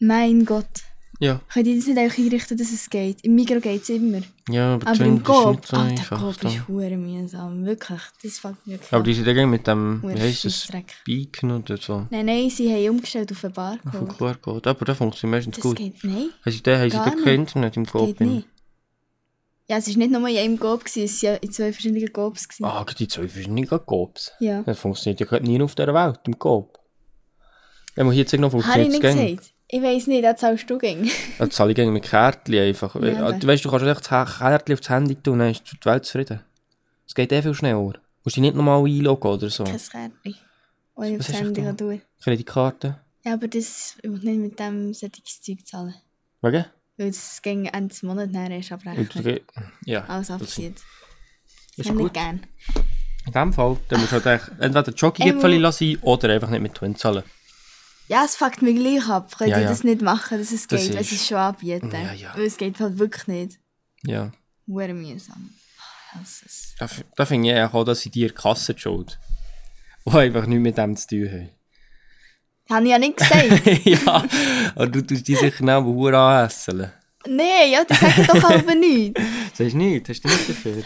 B: mein Gott,
C: Ja,
B: könnt ihr das nicht einfach einrichten, dass es geht? Im Migro geht es immer.
C: ja aber,
B: Aber
C: Twint
B: im
C: ist
B: Coop,
C: nicht so
B: ah, der
C: einfach
B: Coop
C: da.
B: ist hure mühsam, wirklich. Das fängt wirklich
C: Aber
B: an.
C: die sind irgendwie mit dem,
B: Hure
C: wie heisst das,
B: Scheissdreck.
C: Beacon oder so.
B: Nein, nein, sie haben umgestellt auf einen
C: Auf dem
B: Barcode.
C: QR-Code. Aber das funktioniert meistens
B: Das
C: gut.
B: geht, nein,
C: Haben sie da haben sie
B: Gar
C: da kein
B: nicht.
C: Internet im Coop?
B: geht nicht. Ja, es war nicht nur in einem Coop, gewesen, es waren ja in zwei verschiedenen Coops. gewesen.
C: Ah, die zwei verschiedenen Coops.
B: Ja.
C: Das funktioniert ja nie auf dieser Welt, im Coop. Ja, aber hier zeigt noch
B: Habe ich
C: funktioniert
B: nicht
C: es gängig.
B: gesagt? Ich weiss nicht, das zahlst du gegen.
C: Ah, Ja, Das zahle ich gerne mit Kärtchen einfach.
B: Ja, eben.
C: Ja, du weißt, du kannst echt das Hä- Kärtchen aufs Handy tun und dann ist die Welt zufrieden. Es geht eh viel schneller. Du musst dich nicht nochmal einloggen oder so.
B: Kein Kärtchen. Und ich
C: Was
B: aufs
C: hast du
B: Handy
C: da?
B: tun.
C: Kreditkarte.
B: Ja, aber das ich will nicht mit dem solches Zeug zahlen.
C: Wegen?
B: Weil das ging Ende des Monats näher ist
C: Und du
B: abrechnen.
C: ge- Ja.
B: Alles
C: das
B: abzieht. Das
C: ist
B: habe ich
C: gut.
B: nicht gerne.
C: In dem Fall, dann musst du halt echt entweder Jogging-Gipfel
B: Ähm.
C: lassen oder einfach nicht mit Twin zahlen.
B: Ja, es fuckt mich gleich ab. Könnt
C: Ja,
B: ihr
C: ja.
B: das nicht machen, dass es
C: Das
B: geht, weil
C: ist-
B: sie es schon anbieten.
C: Ja, ja.
B: Weil es geht halt wirklich nicht.
C: Ja.
B: Hure mühsam. Das ist-
C: Da, f- da finde ich eigentlich auch, dass sie dir Kassen schuld. Die einfach nichts mit dem zu tun haben.
B: Habe ich ja nicht gesagt.
C: ja, aber du tust dich sicher neben Huren anhässeln.
B: Nein, ja, die sagen doch aber nichts.
C: Sagst du nicht? Hast du nicht dafür?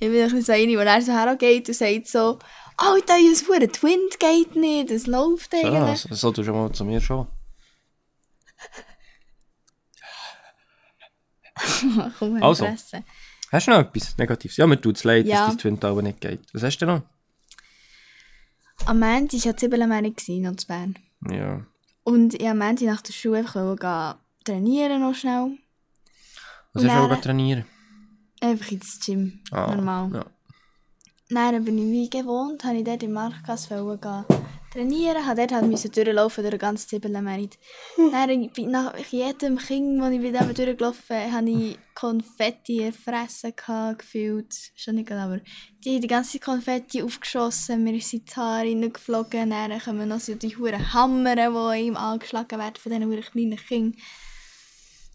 B: Ich bin doch so eine, die dann so hergeht und sagt so, Alter, unser hure Twint geht nicht, es läuft
C: Ja,
B: eigentlich.
C: so, so tust du mal zu mir schon.
B: Komm,
C: Also.
B: also. Fresse.
C: Hast du noch etwas Negatives? Ja, mir tut es leid,
B: Ja.
C: dass dein Twin aber nicht geht. Was hast du denn
B: Am Ende war ja Zibbelenmänner noch zu Bern.
C: noch? Ja.
B: Und ich am Ende nach der Schule einfach wollte gehen trainieren noch schnell.
C: Was hast du
B: Nein.
C: auch trainieren?
B: Einfach ins Gym.
C: Ah,
B: normal.
C: Ja.
B: Dann bin ich wie gewohnt, habe ich dort im Marktgasse wollen gehen trainieren. Habe dort halt müssen durchlaufen durch den ganzen Zibbelenmerit. Dann bin ich nach jedem Kind, das ich wieder durchgelaufen bin, habe ich Konfetti erfressen gehabt, gefühlt. Schon nicht, gerade, aber die haben die ganze Konfetti aufgeschossen, mir ist in die Haare reingeflogen. Dann kommen noch so die huren Hammer, die ihm angeschlagen werden von diesen huren kleinen Kindern.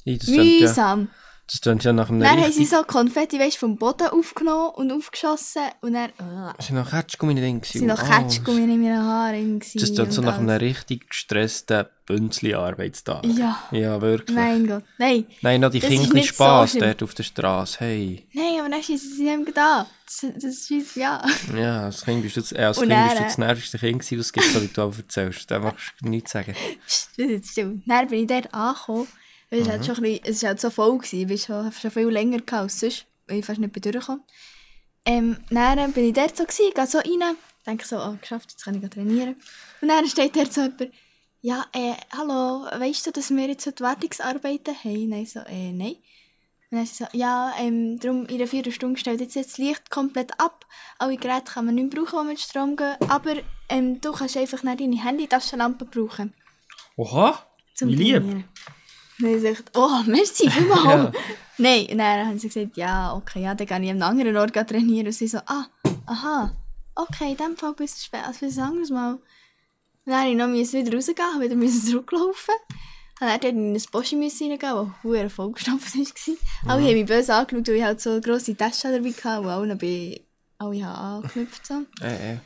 C: Ey, Das tönt ja,
B: Mühsam!
C: das tönt ja nach einem
B: Dann haben sie
C: richtig...
B: so Konfetti weißt, vom Boden aufgenommen und aufgeschossen und dann äh,
C: Es sind noch Ketschgummi-Dinge.
B: sind noch Ketschgummi in meinen Haaren. gewesen
C: Oh, Das tönt so
B: und
C: nach einem
B: alles.
C: richtig gestressten Bünzli-Arbeitstag.
B: Ja,
C: Ja, wirklich.
B: mein Gott. Nein,
C: Nein, noch die
B: Das ist
C: Kinder ein bisschen
B: nicht so
C: Spass
B: schlimm.
C: dort auf der Straße. Hey.
B: nein, aber dann schießen sie nicht mehr da. Das, das schießt ja.
C: Ja, als Kind bist du das, äh, als
B: Und
C: kind bist du
B: dann-
C: das nervigste Kind gewesen, was es gibt, so wie du aber erzählst. Da magst du nichts sagen.
B: Psst, das ist jetzt still. Dann bin ich dort angekommen. Weil es, halt schon ein bisschen, es war halt so voll. Gewesen. Ich bin schon, schon viel länger Ehm, eh, gehabt als sonst, weil ich fast nicht bin durchgekommen. Ähm, dann bin ich dort so, gewesen, gehe so rein. denke so, oh, geschafft, jetzt kann ich gehen trainieren. Und dann steht dort so jemand, ja, äh, hallo, weißt du, dass wir jetzt heute Wartungsarbeiten haben? Nein, so, äh, nein. Und dann ist sie so, ja, ähm, darum in der Viertelstunde stellt jetzt das Licht komplett ab. Alle Geräte kann man nicht mehr brauchen, die mit Strom gehen. Aber ähm, du kannst einfach nach deine Handytaschenlampe brauchen.
C: Oha!
B: Zum
C: Lieb.
B: Trainieren. Dann habe ich gesagt, oh, merci, vielmal.
C: Ja.
B: Nein, und dann haben sie gesagt, ja, okay, ja, dann gehe ich an einem anderen Ort trainieren. Und sie so, ah, aha, okay, in dem Fall bis es spät, also bis ein anderes Mal. Und dann musste ich noch müssen wieder rausgehen, habe wieder müssen zurücklaufen. Und dann musste ich in ein Boschi müssen reingehen, das verdammt vollgestopft war. Alle haben mich böse angeschaut, weil ich halt so grosse Taschen dabei hatte, wo allen bin alle haben angeknüpft. So.
C: Äh, äh.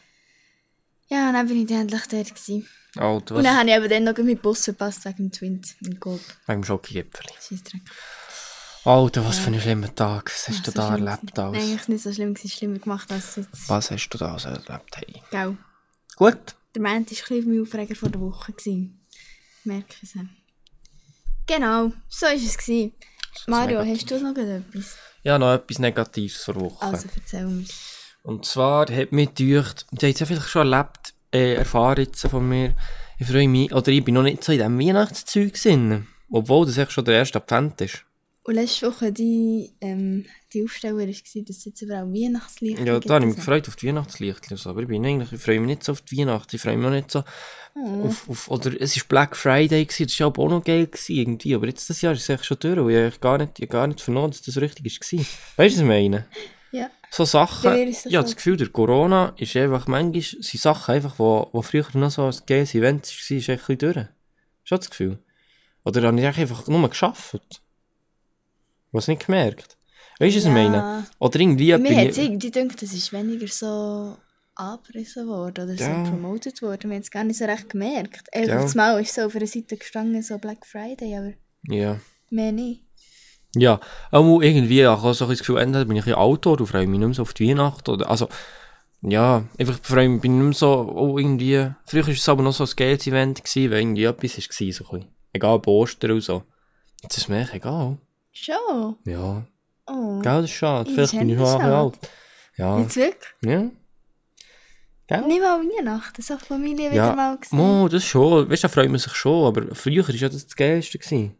B: Ja, und dann bin ich dann endlich dort. Gewesen.
C: Alter,
B: Und dann
C: was?
B: habe ich eben dann noch meinen Bus verpasst wegen dem Twint im Gold.
C: Beim Schokogipfel.
B: Scheissdreck.
C: Alter, was für ein schlimmer Tag. Was hast
B: Ach,
C: du
B: so
C: da
B: Also schlimm
C: erlebt
B: gewesen. Nein,
C: alles?
B: eigentlich nicht so schlimm, es schlimmer gemacht als jetzt.
C: Was hast du da alles erlebt? Hey.
B: Gell.
C: Gut.
B: Der Moment war ein bisschen mein Aufreger vor der Woche. Gewesen. Ich merke es. ja. Genau, so war es. Gewesen. Mario,
C: mega
B: hast du noch etwas?
C: Ja, noch etwas Negatives zur Woche.
B: Also erzähl mir's.
C: Und zwar hat mich gedacht, ihr habt es ja vielleicht schon erlebt, äh, erfahren jetzt von mir, ich freue mich, oder ich bin noch nicht so in diesem Weihnachtszeug drin. Obwohl das echt schon der erste Advent ist.
B: Und letzte Woche die, ähm, die Aufsteller war, dass es jetzt überall Weihnachtslicht
C: Ja, da habe ich mich
B: gefragt.
C: gefreut auf die Weihnachtslichter und so, aber ich bin eigentlich, ich freue mich nicht so auf die Weihnachten, ich freue mich auch nicht so
B: Mhm.
C: auf, auf, oder es war Black Friday, gewesen, das war aber auch noch geil gewesen, irgendwie, aber jetzt das Jahr ist es echt schon durch und ich habe eigentlich gar nicht, ich habe gar nicht vernommen, dass das richtig war. Weißt du, was ich meine?
B: Ja.
C: So
B: Bei
C: Sachen,
B: mir ist
C: ich
B: das
C: habe
B: so.
C: das Gefühl, durch Corona ist einfach manchmal, sind Sachen einfach, wo, wo früher noch so ein geiles Event war, ist echt ein bisschen durch. Hast du auch das Gefühl? Oder habe ich einfach nur geschafft? Was nicht gemerkt? Weißt du, was ich
B: Ja.
C: meine? Oder irgendwie...
B: Mir
C: bin
B: hat
C: ich-
B: es irgendwie gedacht, es ist weniger so angerissen worden oder
C: Ja.
B: so promotet worden. Wir haben es gar nicht so recht gemerkt.
C: Ja.
B: Einfach Mal ist so auf einer Seite gestanden, so Black Friday, aber
C: Ja.
B: mehr nicht.
C: Ja, aber irgendwie ich habe ich so ein bisschen das Gefühl, entweder bin ich ein bisschen alt oder freue mich nicht mehr so auf die Weihnacht. Oder, also, ja, einfach freue mich, bin ich nicht mehr so oh, irgendwie... Früher war es aber noch so ein geiles Event, gewesen, weil irgendwie etwas war, so ein bisschen. Egal, ob Ostern und so. Jetzt ist mir echt egal.
B: Schon.
C: Ja,
B: Oh.
C: gell, das ist schade.
B: Ja,
C: Vielleicht
B: das
C: bin ich
B: haben wir
C: noch ein bisschen
B: schade.
C: alt. Ja,
B: Jetzt wirklich?
C: ja. Gell?
B: Nicht mal Weihnachten, so Familie wieder mal
C: Ja,
B: gesehen.
C: Mo, das schon. Weißt du, da freut man sich schon, aber früher war ja das das Geilste. gewesen.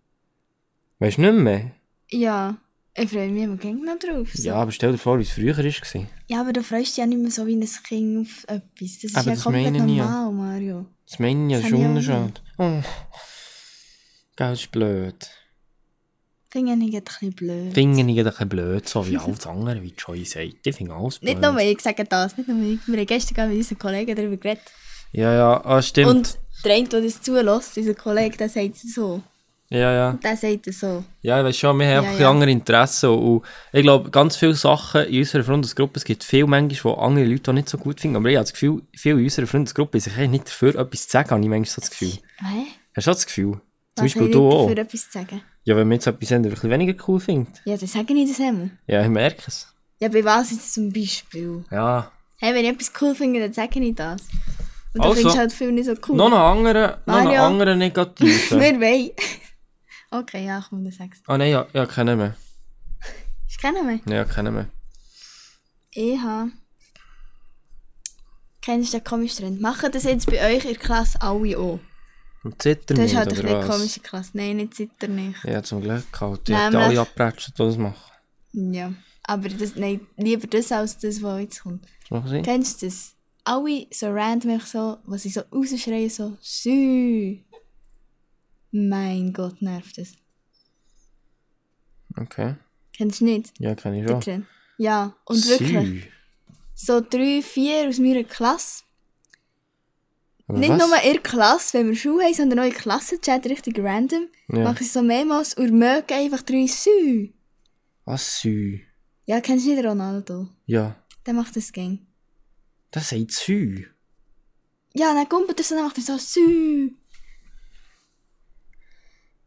C: Weißt du nicht mehr?
B: Ja, ich freue mich immer gerne noch drauf. So.
C: Ja, aber stell dir vor, wie es früher war.
B: ja, aber du freust dich ja nicht mehr so wie ein Kind auf etwas. Das ist
C: Aber
B: ja
C: das
B: komplett
C: meine ich ja.
B: normal, Mario.
C: Das meine ich ja,
B: Das
C: das ist
B: habe ich auch
C: unschade. Oh. Gell, das ist blöd.
B: Finde ich jetzt ein bisschen blöd.
C: Finde ich ein bisschen blöd, so wie alles andere, wie Joy sagt. Ich finde alles blöd.
B: nicht nur ich sage das, nicht nur ich. Wir haben gestern gerade mit unseren Kollegen darüber geredet.
C: Ja, ja, ah, stimmt.
B: Und der eine, der das zulässt, unser Kollege, der sagt es so.
C: Ja, ja.
B: Der sagt es so.
C: Ja, ich weiß schon, wir haben einfach ein
B: ja.
C: bisschen andere Interessen. Und ich glaube, ganz viele Sachen in unserer Freundesgruppe, es gibt viele manchmal, die andere Leute auch nicht so gut finden, aber ich habe das Gefühl, viele in unserer Freundesgruppe sind eigentlich nicht dafür, etwas zu sagen, habe ich manchmal so das Gefühl.
B: Hä?
C: Hast du auch das Gefühl? Zum
B: Was
C: Beispiel
B: haben
C: du
B: Leute
C: auch.
B: für etwas zu sagen?
C: Ja, wenn man jetzt etwas ein bisschen weniger cool findet.
B: Ja, dann sage ich das immer.
C: Ja, ich merke es.
B: Ja, bei was jetzt zum Beispiel?
C: Ja.
B: Hey, wenn ich etwas cool finde, dann sage ich das. Und du
C: Also,
B: findest halt viel nicht so cool.
C: Noch einen anderen, noch einen
B: Mario.
C: anderen negativen.
B: Wir wollen. Okay, ja, komm, dann sag's.
C: Ah nein, ja, ja, kennen wir.
B: Ich kenne mich.
C: Ja, kennen wir.
B: Ich habe... Kennst du den komischen Trend? Machen das jetzt bei euch in der Klasse alle auch.
C: Und zittern nicht,
B: Das ist halt eine
C: oder
B: bisschen
C: was?
B: komische Klasse. Nein, nicht zitter nicht.
C: Ja, zum Glück halt. Die hat
B: Nämlich-
C: alle abgeprätscht, die das machen.
B: Ja. Aber das, nein, lieber das als das, was jetzt kommt.
C: Das macht Sinn.
B: Kennst du das? Alle so random, einfach so, was sie so rausschreien, so «Sü!» Mein Gott, nervt das.
C: Okay.
B: Kennst du nicht?
C: Ja, kenne ich
B: Den
C: schon.
B: Trend? Ja, und
C: Sü.
B: wirklich. So drei, vier aus meiner Klasse.
C: Aber
B: Nicht
C: was?
B: nur in der Klasse, wenn wir Schule haben, sondern auch in der Klassenchat, richtig random.
C: Ja.
B: Machen sie so Memos und mögen einfach drei Sü.
C: Was Sü?
B: Ja, kennst du nicht Ronaldo?
C: Ja.
B: Der macht das Gang.
C: Das sagt Sü.
B: Ja, dann kommt er so, dann macht er so Sü.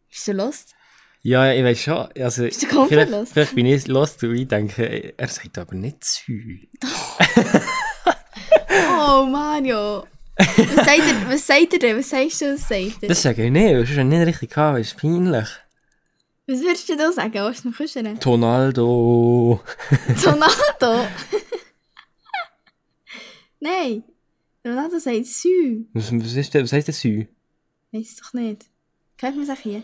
B: Bist du lost?
C: Ja, ich weiß schon. Also,
B: du komplett
C: vielleicht,
B: lost?
C: vielleicht bin ich los, du ich denke, er sagt aber nicht Sü.
B: Oh, Mario. Was sagt er, was sagt er denn? Was sagst du, was sagt er?
C: Das sage ich nicht, weil sonst hätte ich nicht richtig gehabt, das ist peinlich.
B: Was würdest du da sagen? Willst du noch küssen?
C: Tonaldo.
B: Ronaldo? Nein. Ronaldo sagt Sü.
C: Was, was, ist, denn- was heisst denn Sü?
B: Weiß doch nicht. Kennt man es auch hier?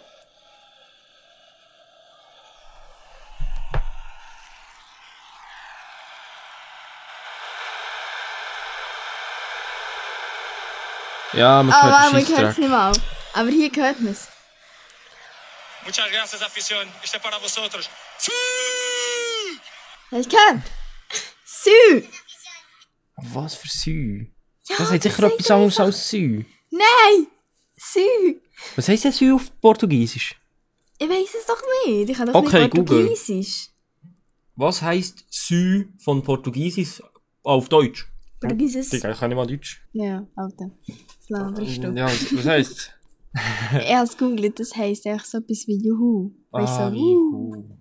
C: Ja, man
B: Ah, wow, man
C: hört den
B: hört es
C: Scheissdreck.
B: nicht mal. Aber hier hört man es.
D: Muchas gracias, afición. Este es para vosotros. ¡Sí!
B: Hast du gehört? Sü!
C: Was für Sü? das
B: das
C: heisst sicher
B: sagt
C: etwas
B: er
C: anderes als Sü.
B: Nein! Sü!
C: Was heisst denn Sü auf Portugiesisch?
B: Ich weiß es doch nicht. Ich kann doch
C: Okay,
B: nicht
C: Google.
B: Portugiesisch.
C: Was heisst Sü von Portugiesisch auf Deutsch?
B: Portugiesisch.
C: ich kann nicht mal Deutsch.
B: Ja, Dus Alter. Das labere ich doch.
C: Ja, was was heisst?
B: Ich habe es gegoogelt, das heisst eigentlich so etwas wie Juhu. Weißt du,
C: Ah,
B: so,
C: juhu.
B: uh,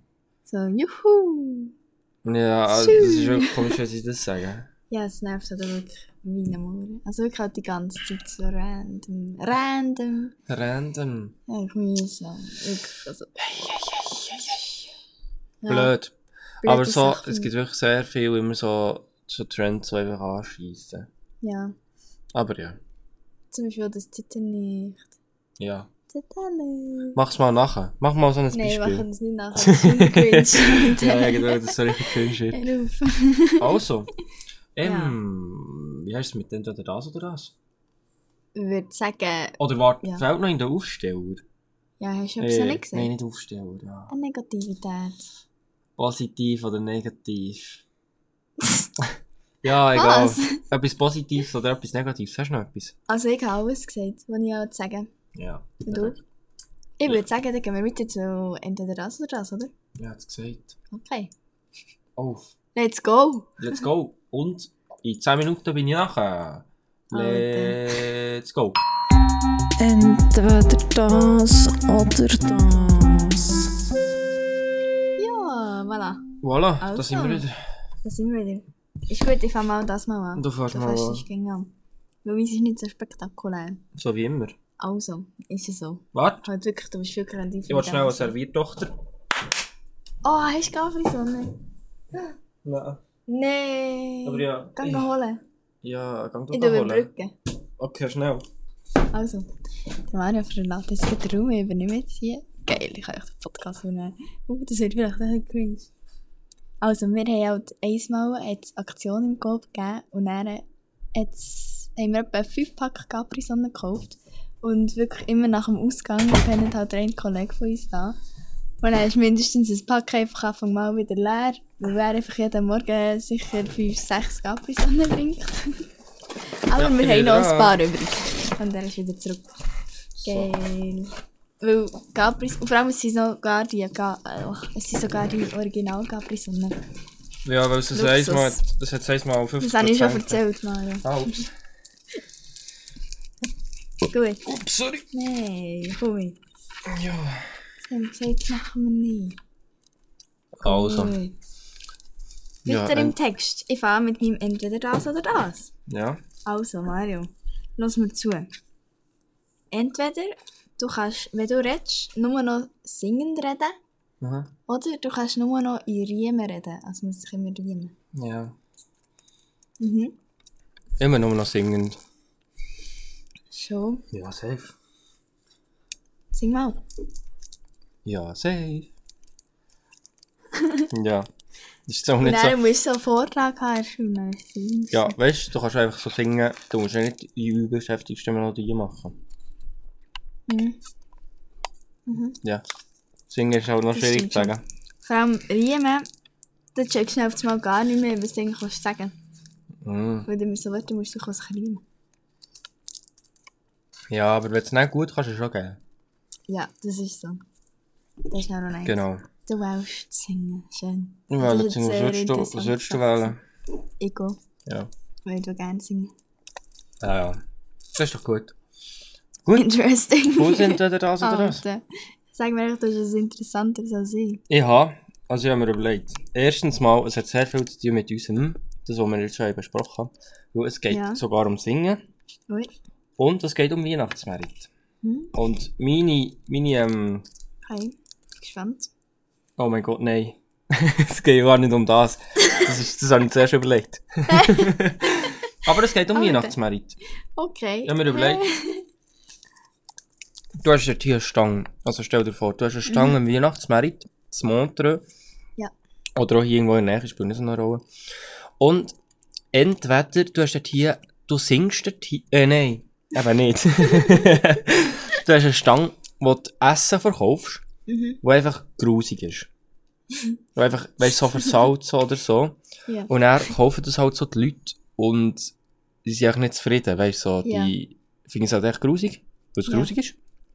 B: so Juhu.
C: Ja, also,
B: Sü.
C: das ist wirklich komisch, wenn sie das sagen.
B: Ja, es nervt oder wirklich wie eine Mauer. Also wirklich halt die ganze Zeit so random. Random.
C: Random.
B: Ja, ich mühsam. Wirklich, also. Ja,
C: Blöd.
B: blöde
C: Aber so,
B: Sachen.
C: es gibt wirklich sehr viel immer so, so Trends, die einfach anschiessen.
B: Ja,
C: Aber ja,
B: zum Beispiel das Titanic.
C: ja.
B: Titanic.
C: Mach's mal nachher. Mach mal so ein
B: Nein, wir
C: Beispiel.
B: machen das nicht nachher. Das ist cringe.
C: Ja, ja, genau, das ist so richtig cringe.
B: Hör auf.
C: Also, ähm, wie heißt es mit entweder das oder das?
B: Ich würde sagen,
C: Oder warte,
B: Ja.
C: fehlt noch in der Aufsteller?
B: ja, hast du etwas noch nicht
C: Äh, nein,
B: gesehen?
C: nicht Aufsteller. Ja.
B: Eine Negativität.
C: Positiv oder negativ? ja, egal.
B: Was?
C: Etwas Positives oder etwas Negatives. Hast du noch etwas?
B: Also ich habe alles gesagt, was ich auch zu sagen
C: Ja.
B: Und du? Ich würde sagen, dann gehen wir weiter zu entweder das oder das, oder?
C: Ja, hat's gesagt.
B: Okay.
C: Auf.
B: Let's go!
C: Oh, Let's go. Und in 10 Minuten bin ich
B: Ah,
C: nachher. Let's go.
E: Entweder das oder das.
B: Ja, voilà.
C: Voilà,
B: Also.
C: da sind wir wieder.
B: Da sind wir wieder. Ich würde ich fange mal das mal an.
C: Du fährst mal
B: fährst
C: an.
B: dich gegen an. Weil meins ist nicht so spektakulär.
C: So wie immer.
B: Also, ist es so.
C: Warte,
B: Halt wirklich, du bist viel kreativ.
C: ich will schnell eine Serviertochter.
B: Oh, hast du Kaffeesonne?
C: Nein.
B: Nein!
C: Aber ja.
B: Geh holen.
C: Ja, gang du
B: Ich
C: da
B: tue
C: holen.
B: überbrücken.
C: Okay, schnell.
B: Also, der Mario verlässt jetzt gerade den Raum, ich übernehme jetzt hier. Geil, ich kann euch den Podcast übernehmen. Uh, das wird vielleicht ein bisschen cringe. Also, wir haben halt einmal eine Aktion im Kopf gegeben und dann hat's- haben wir etwa 5-Pack Capri-Sonne gekauft. Und wirklich immer nach dem Ausgang kennt halt ein Kollege von uns da. Und dann ist mindestens ein Pack einfach Anfang mal wieder leer, weil er einfach jeden Morgen sicher 5-6 Capri-Sonne trinkt. Aber
C: Ja,
B: wir
C: bin
B: haben
C: wieder
B: noch
C: da.
B: ein paar übrig. Und er ist wieder zurück. Geil. Weil Capris, und vor allem es sind sogar die, Ga äh, es sind sogar die original Capri-Sonne.
C: Ja, weil es ist
B: Luxus.
C: einmal, das hat einmal auf 50
B: Das habe ich schon erzählt, Mario.
C: Ah, ups.
B: Gut.
C: Ups, sorry.
B: Nein, komm mit.
C: Ja.
B: Das haben wir gesagt, das machen wir nicht.
C: Also.
B: Gut.
C: Ja, ähm.
B: Weiter im
C: ent-
B: Text. Ich fange mit meinem entweder das oder das.
C: Ja.
B: Also, Mario, lass mir zu. Entweder du kannst, wenn du redest, nur noch singend reden,
C: Mhm.
B: oder du kannst nur noch in Riemen reden. Also muss ich immer riemen.
C: Ja.
B: Mhm.
C: Immer nur noch singend.
B: Schon.
C: Ja, safe.
B: Sing mal.
C: Ja, safe. ja. Ist auch
B: Und
C: nicht so.
B: dann musst du so einen Vortrag haben in der Schule. weisst du.
C: Ja, weißt du, du kannst einfach so singen, du musst ja nicht die überschäftigste Melodie machen.
B: Mhm.
C: Ja. Singen ist auch noch
B: Das
C: schwierig
B: stimmt
C: zu sagen.
B: Vor allem Riemen, da checkst du auf einmal gar nicht mehr, was du eigentlich kannst sagen
C: Mm.
B: Weil du immer so Wörter musst, du kannst dich riemen.
C: Ja, aber wenn du es nicht gut kannst, ist es schon geil.
B: Ja, das ist so. Das ist auch noch nice.
C: Genau.
B: Du willst singen. Schön.
C: Ja,
B: Das
C: jetzt
B: ist
C: singen, was
B: sehr
C: würdest du, was
B: interessant
C: würdest du
B: gesagt.
C: wählen? eh.
B: Ich gehe,
C: Ja.
B: weil du gerne singen.
C: Ja, Ah, ja. Das ist doch gut.
B: Interesting.
C: Wo sind entweder das oder das?
B: Alter. Sag mir echt, das ist interessanter als ich.
C: Ich habe, also ich habe mir überlegt, erstens mal, es hat sehr viel zu tun mit unserem, das, was wir jetzt schon besprochen haben, weil es geht
B: Ja.
C: sogar um Singen
B: Ui.
C: und es geht um Weihnachtsmärkte.
B: Hm?
C: Und meine, meine, ähm,
B: Hi. Gespannt.
C: oh mein Gott, nein, es geht gar nicht um das. Das, ist, das habe ich zuerst überlegt. Aber es geht um
B: Alter.
C: Weihnachtsmerit.
B: Okay.
C: Ich habe mir überlegt. Du hast dort hier eine Stange. Also stell dir vor, du hast eine Stange im Weihnachtsmerit, das Montreux.
B: Ja.
C: Oder auch hier irgendwo in der Nähe, spielt nicht so eine Rolle. Und entweder du hast dort hier, du singst dort hier, äh, nein, eben nicht. du hast eine Stange, wo du Essen verkaufst,
B: Mhm.
C: wo einfach grusig ist. wo einfach, weißt du, so versalzt so oder so.
B: Ja.
C: Und er kaufen das halt so die Leute und die sind auch nicht zufrieden, weißt du, so,
B: Ja.
C: die finden es halt echt grusig, weil es
B: Ja.
C: grusig ist.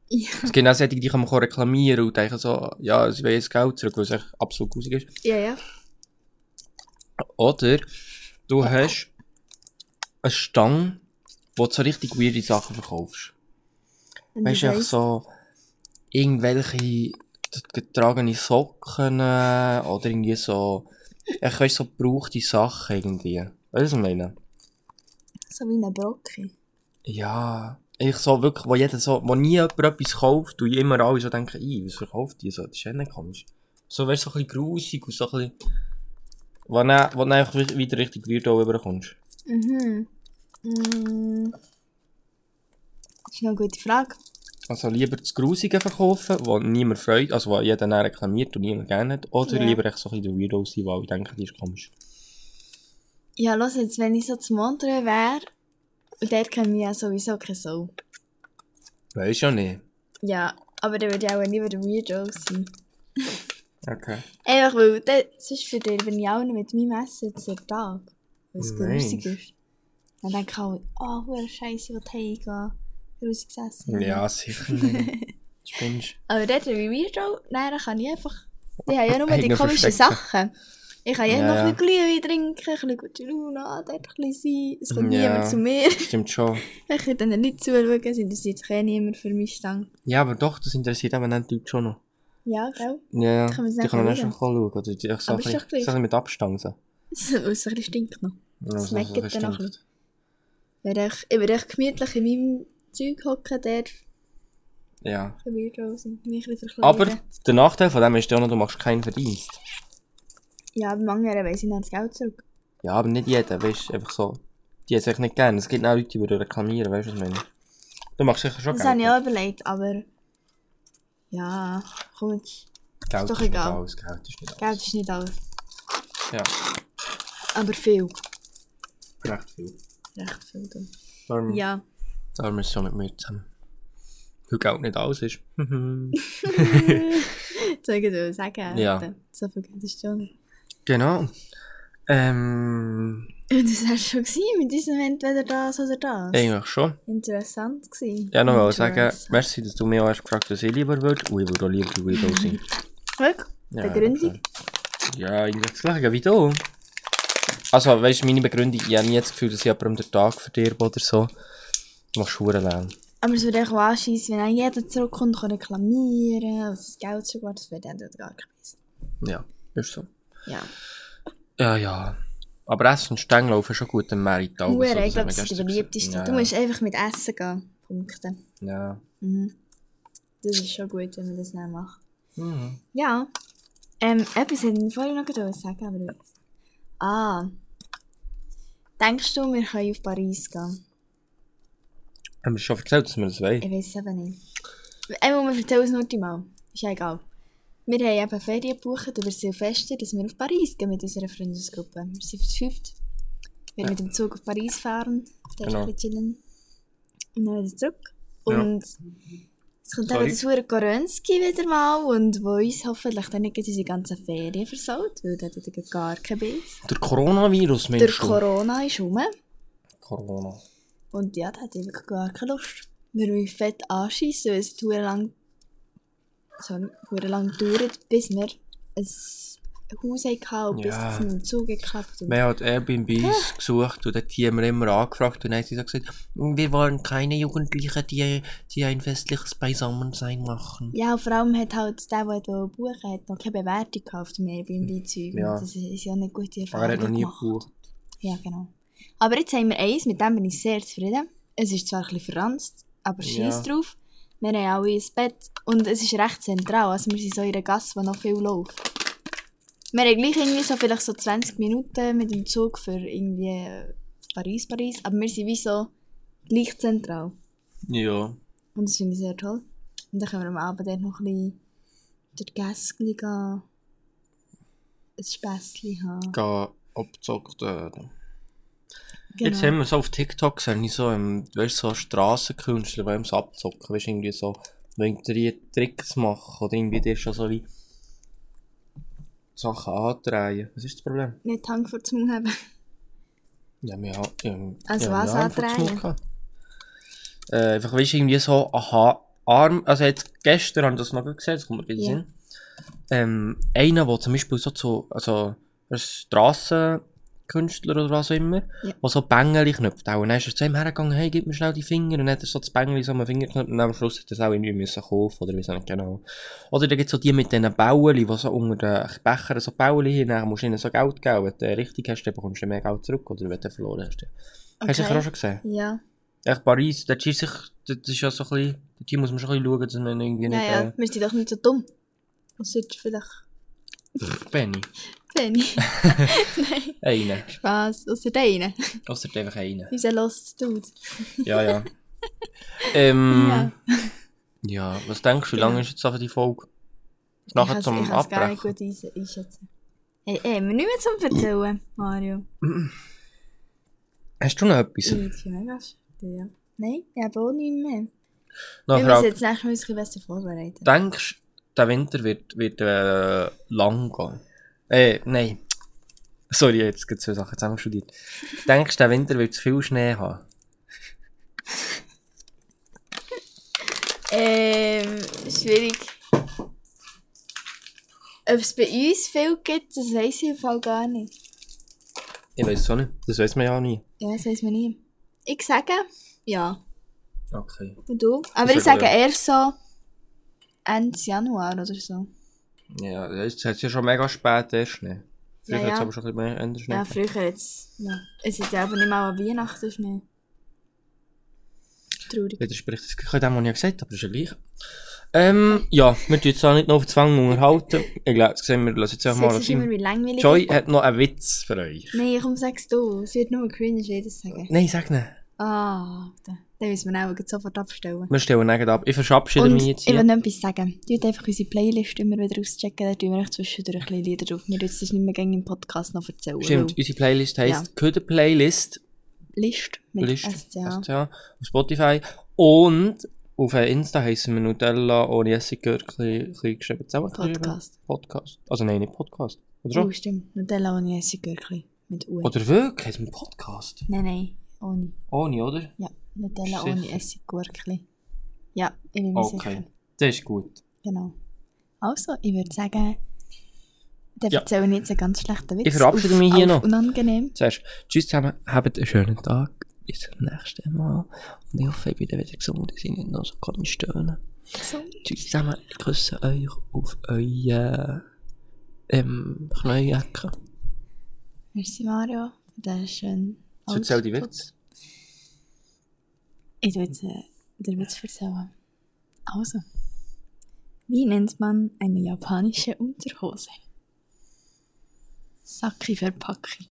B: Ja.
C: Es gibt auch solche, die kann man auch reklamieren und denken so, ja, sie wollen jetzt Geld zurück, weil es echt absolut grusig ist.
B: Ja, ja.
C: Oder du hast eine Stange, wo du so richtig weirde Sachen verkaufst.
B: Und
C: Weißt du,
B: ich
C: einfach
B: weiss-
C: so irgendwelche getragene Socken äh, oder irgendwie so, ich weiß so gebrauchte Sachen irgendwie. Weißt du, was ich meine?
B: So wie ein Brocke.
C: Ja, ich so wirklich, wo jeder so, wo nie jemand etwas kauft, und immer alle so denken, ey, was verkauft die so, das ist ja nicht komisch. So wärst du so ein bisschen grusig und so ein bisschen, wo dann, wo dann einfach wi- wieder richtig Weirdo rüberkommst.
B: Mhm. Mm. Das ist noch eine gute Frage.
C: Also lieber das Grusige verkaufen, wo niemand freut, also wo jeder dann reklamiert und niemand gerne hat, oder
B: Ja.
C: lieber echt so ein bisschen der Weirdo sein, weil ich denke, die ist komisch.
B: Ja, los jetzt, wenn ich so zu Montreux wäre, und der kennt mich ja sowieso keine Sau.
C: Weiß ja nicht.
B: Ja, aber dann würde ich auch lieber der Weirdo sein.
C: Okay.
B: Einfach weil, dann, sonst verdurbe ich auch noch mit meinem Essen zur Tag. Weil es
C: Mensch.
B: grusig ist. Dann denke ich auch, oh, hoher Scheiße, ich will heimgehen. Grusiges Essen.
C: Ja, sicher nicht. Spinnst.
B: Aber dort wie wir schon, nein, kann ich einfach. Die haben ja nur die
C: Eigene
B: komischen
C: verstecken.
B: Sachen. Ich kann ja,
C: Ja,
B: noch
C: ja.
B: ein bisschen Glühwein trinken, ein bisschen gute Laune haben, dort ein bisschen sein. Es kommt
C: Ja.
B: niemand zu mir.
C: Stimmt schon.
B: Ich kann dann nicht zuschauen, es interessiert sich eh niemand für mich dann.
C: Ja, aber doch, das interessiert eben den Typ schon noch.
B: Ja, gell?
C: Ja,
B: Kann man es
C: die
B: nicht
C: kann man erst
B: verlieren.
C: noch schauen. Oder die, ich so ein
B: Aber ist
C: bisschen,
B: doch
C: so ein
B: gleich.
C: bisschen mit Abstand. So.
B: Es weil es ein bisschen stinkt noch.
C: Ja, was noch
B: Schmeckt
C: so ein bisschen
B: dann noch
C: stinkt.
B: Wenn ich, ich würde echt gemütlich in meinem Zeug hocken, dort
C: Ja.
B: ein Weirdo sind, mich ein bisschen
C: Aber
B: verkleiden.
C: der Nachteil von dem ist ja auch noch, du machst keinen Verdienst.
B: Ja, beim anderen weiss ich dann das Geld zurück.
C: Ja, aber nicht jeder, weißt du, einfach so. Die hat es echt nicht gerne. Es gibt auch Leute, nou die würden reklamieren, weißt du, was ich meine? Du machst sicher schon
B: Das habe ich
C: damit.
B: auch überlegt, aber... Ja, komm jetzt.
C: Geld ist
B: ist doch
C: nicht
B: egal.
C: alles, Geld ist nicht
B: Geld
C: alles.
B: ist nicht alles.
C: Ja,
B: Aber viel.
C: recht viel.
B: Recht viel. Dann.
C: Darum, ja.
B: Ja.
C: darum ist es so mit mir zusammen. Weil Geld nicht alles ist.
B: Soll ich dir sagen?
C: Ja.
B: Alter? So viel Geld ist schon. Und
C: genau. Ähm,
B: das war schon gewesen mit diesem entweder das oder das.
C: eigentlich schon.
B: Interessant gewesen.
C: Ja, noch mal sagen,
B: Interessant.
C: merci, dass du mich auch erst gefragt hast, was ich lieber will. Und ich würde auch lieber Guido sein.
B: Wirklich?
C: Ja, eh.
B: Begründung?
C: Ja, eigentlich das gleiche wie du. Also, weißt du, meine Begründung, ich habe nie das Gefühl, dass ich jemandem den Tag verdirbe oder so. Du machst Schuhe lernen.
B: Aber es würde echt auch anschiessen, wenn auch jeder zurückkommt, kann reklamieren, also das Geld sogar, das würde dann gar kein Biss.
C: Ja, ist so.
B: Ja.
C: Oh, Ja, ja. Aber Essen und Stängel laufen schon gut im Merit.
B: Nur,
C: das
B: ich
C: haben wir
B: glaube, das ist die
C: gestern
B: beliebteste.
C: gesagt.
B: Du musst einfach mit Essen gehen. Punkte.
C: Ja.
B: Mhm. Das ist schon gut, wenn man das dann macht.
C: Mhm.
B: nou Ja. Ähm, etwas hätte ich vorhin noch gerade sagen, aber... Ah. Denkst du, wir können auf Paris gehen?
C: Haben wir schon erzählt, dass wir das wollen?
B: Ich weiß es eben nicht. Einmal, wir erzählen es nur mal. Ist ja egal. Wir haben eben Ferien gebucht über Silvester, dass wir auf Paris gehen mit unserer Freundesgruppe. Wir sind zu fünft. Wir
C: Ja.
B: mit dem Zug auf Paris fahren, dort
C: Genau.
B: ein bisschen chillen. Und dann wieder zurück.
C: Ja.
B: Und es kommt
C: Sorry.
B: eben das Hure Koronski wieder mal und wo uns hoffentlich dann nicht unsere ganzen Ferien versaut, weil dort hat er gar kein Biss.
C: Der Coronavirus,
B: Der
C: meinst du?
B: Corona ist rum.
C: Corona.
B: Und ja, da hatte ich wirklich gar keine Lust. Wir müssen fett anschiessen, weil es sehr lang, sorry, sehr lang dauert, bis wir ein Haus hatten und bis
C: Ja.
B: es mit dem Zug geklappt hat.
C: Wir haben Airbnbs gesucht und dort haben wir immer angefragt und dann haben sie so gesagt, "Hm, wir wollen keine Jugendlichen, die, die ein festliches Beisammensein machen.
B: Ja, und vor allem hat halt der, der wollte buchen hat noch keine Bewertung gehabt auf dem Airbnb-Zeug.
C: Ja.
B: Das ist ja nicht gute
C: Aber
B: Erfahrung.
C: er hat noch nie
B: gemacht.
C: gebucht.
B: Ja, genau. Aber jetzt haben wir eins, mit dem bin ich sehr zufrieden. Es ist zwar ein bisschen verranzt, aber
C: Ja.
B: scheiß drauf. Wir haben alle ein Bett und es ist recht zentral. Also wir sind so in einer Gasse, wo noch viel läuft. Wir haben gleich irgendwie so vielleicht so 20 Minuten mit dem Zug für irgendwie äh, Paris, Paris, aber wir sind wie so gleich zentral.
C: Ja.
B: Und das finde ich sehr toll. Und dann können wir am Abend dort noch ein bisschen durch die Gässchen gehen, ein Späßchen haben.
C: Gehen abgezockt äh, werden.
B: Genau.
C: Jetzt haben wir so auf TikTok gesehen, ich so, ähm, weißt, so Strassenkünstler, die einem so abzocken, weißt, irgendwie so, wenn die Tricks machen oder irgendwie dir schon so wie Sachen andrehen. Was ist das Problem?
B: Nicht Hang vor zum haben.
C: Ja, wir haben. Ähm, ja,
B: Also was
C: wir haben einfach
B: antreiben?
C: geschaut gehabt. Äh, einfach, weißt du, irgendwie so, aha, Arm. Also, jetzt gestern haben wir das noch gut gesehen, das kommt mir wieder
B: Ja.
C: yeah. Sinn. Ähm, einer, der zum Beispiel so zu. Also, ein Strassenkünstler oder was auch immer,
B: Ja.
C: der so Bängeli knüpft. Auch. Und dann ist er zu ihm hergegangen, hey, gib mir schnell die Finger. Und dann hat er so das Bängeli so am Finger geknüpft. Und dann am Schluss hat er es auch irgendwie müssen kaufen oder weiß auch nicht genau. Oder dann gibt es so die mit diesen Bauli, die so unter den Bechern so Bauli haben, dann musst du ihnen so Geld geben. Wenn du richtig hast, dann bekommst du mehr Geld zurück oder wenn du verloren hast. Hast du sicher auch schon gesehen?
B: Ja,
C: Echt Paris, da ist sich, das ist ja so ein bisschen, dort hier muss man schon ein bisschen schauen, dass man irgendwie
B: ja, Nou ja.
C: nicht
B: Wir sind doch nicht so dumm. Das ist vielleicht
C: äh, Benny.
B: Penny.
C: Einen.
B: Spaß, außer deinen.
C: Ausser einfach einen.
B: Unser Lost Dude.
C: Ja, ja. ähm, ja. was denkst du, wie lange ist jetzt einfach die Folge? Nachher
B: Ich
C: zum
B: kann's- ich kann's gar nicht
C: Abbrechen.
B: gut einse- einschätzen. Hey, hey, wir nicht mehr zum Erzählen, Mario.
C: Hast du noch etwas?
B: Ich bin mega schade, ja. Nein, ich habe auch nicht mehr. Wir
C: Nachher
B: müssen
C: auch,
B: jetzt nächstes Mal uns ein bisschen besser vorbereiten.
C: denkst du, der Winter wird, wird äh, lang gehen? Äh, nein. Sorry, jetzt gibt es zwei Sachen zusammen studiert. Denkst du, der Winter wird zu viel Schnee haben?
B: Ähm, schwierig. Ob es bei uns viel gibt, das weiß ich im Fall gar nicht.
C: Ich weiß es auch nicht. Das weiß man ja auch nie.
B: Ja, das weiß man nie. Ich sage, ja.
C: Okay.
B: Und du? Aber ich
C: sage
B: sage eher so Ende Januar oder so.
C: Ja, jetzt hat es ja schon mega spät erst Schnee. Vielleicht
B: Ja,
C: hat es
B: ja.
C: aber schon ein bisschen mehr Ende Schnee.
B: Ja, früher jetzt. Ja. Es ist ja aber nicht mal an Weihnachten Schnee. Traurig.
C: Widerspricht das gerade dem, was ich ja gesagt habe, aber ist ja gleich. Ähm, ja, wir tun jetzt auch nicht noch auf Zwang unterhalten. Ich glaube, das sehen wir, lassen jetzt einfach mal was
B: Jetzt ist immer
C: rein.
B: wie langweilig.
C: Joy hat noch einen Witz für euch.
B: Nein, komm, sag's du. Es wird nur cringe, wenn ich das sage.
C: Nein, sag nicht.
B: Ah, da. Dann müssen wir auch gleich sofort abstellen.
C: Wir stellen ihn ab. Ich verabschiede
B: Und
C: mich jetzt
B: ich will
C: hier.
B: noch etwas sagen. Tut einfach unsere Playlist immer wieder auschecken, da tun wir euch zwischendurch ein bisschen Lieder drauf. Wir dürfen das nicht mehr gerne im Podcast noch erzählen.
C: Stimmt, unsere Playlist heisst
B: Ja.
C: Köder Playlist.
B: weil List mit
C: List,
B: SCH.
C: SCH, auf Spotify. Und auf äh, Insta heißen wir Nutella ohne Essiggürkli, klein geschrieben zusammen.
B: Podcast.
C: Podcast. Also nein, nicht Podcast. Oder schon?
B: Oh, stimmt. Nutella ohne Essiggürkli. Mit U.
C: Oder wirklich? Hat ein Podcast?
B: Nein, nein. Ohne.
C: Ohne, oder?
B: Ja. Nutella
C: Sicher?
B: ohne Essiggürkli. Ja, ich bin mir
C: Okay.
B: sicher.
C: Das ist gut.
B: Genau. Also, ich würde sagen, der
C: Ja.
B: erzähle jetzt einen ganz schlechten Witz.
C: Ich verabschiede mich hier
B: auf
C: noch.
B: Unangenehm.
C: Zuerst, tschüss zusammen, habt einen schönen Tag. Bis zum nächsten Mal. Und ich hoffe, ich bin wieder gesund. Ich bin nicht noch so komisch stöhnen. Tschüss zusammen, ich küsse euch auf eure ähm, Knäuecke.
B: Merci Mario für diesen schönen
C: Erzähl die
B: Output.
C: Witz.
B: Ich würde äh, den Witz erzählen. Also, wie nennt man eine japanische Unterhose? Saki-Verpackung.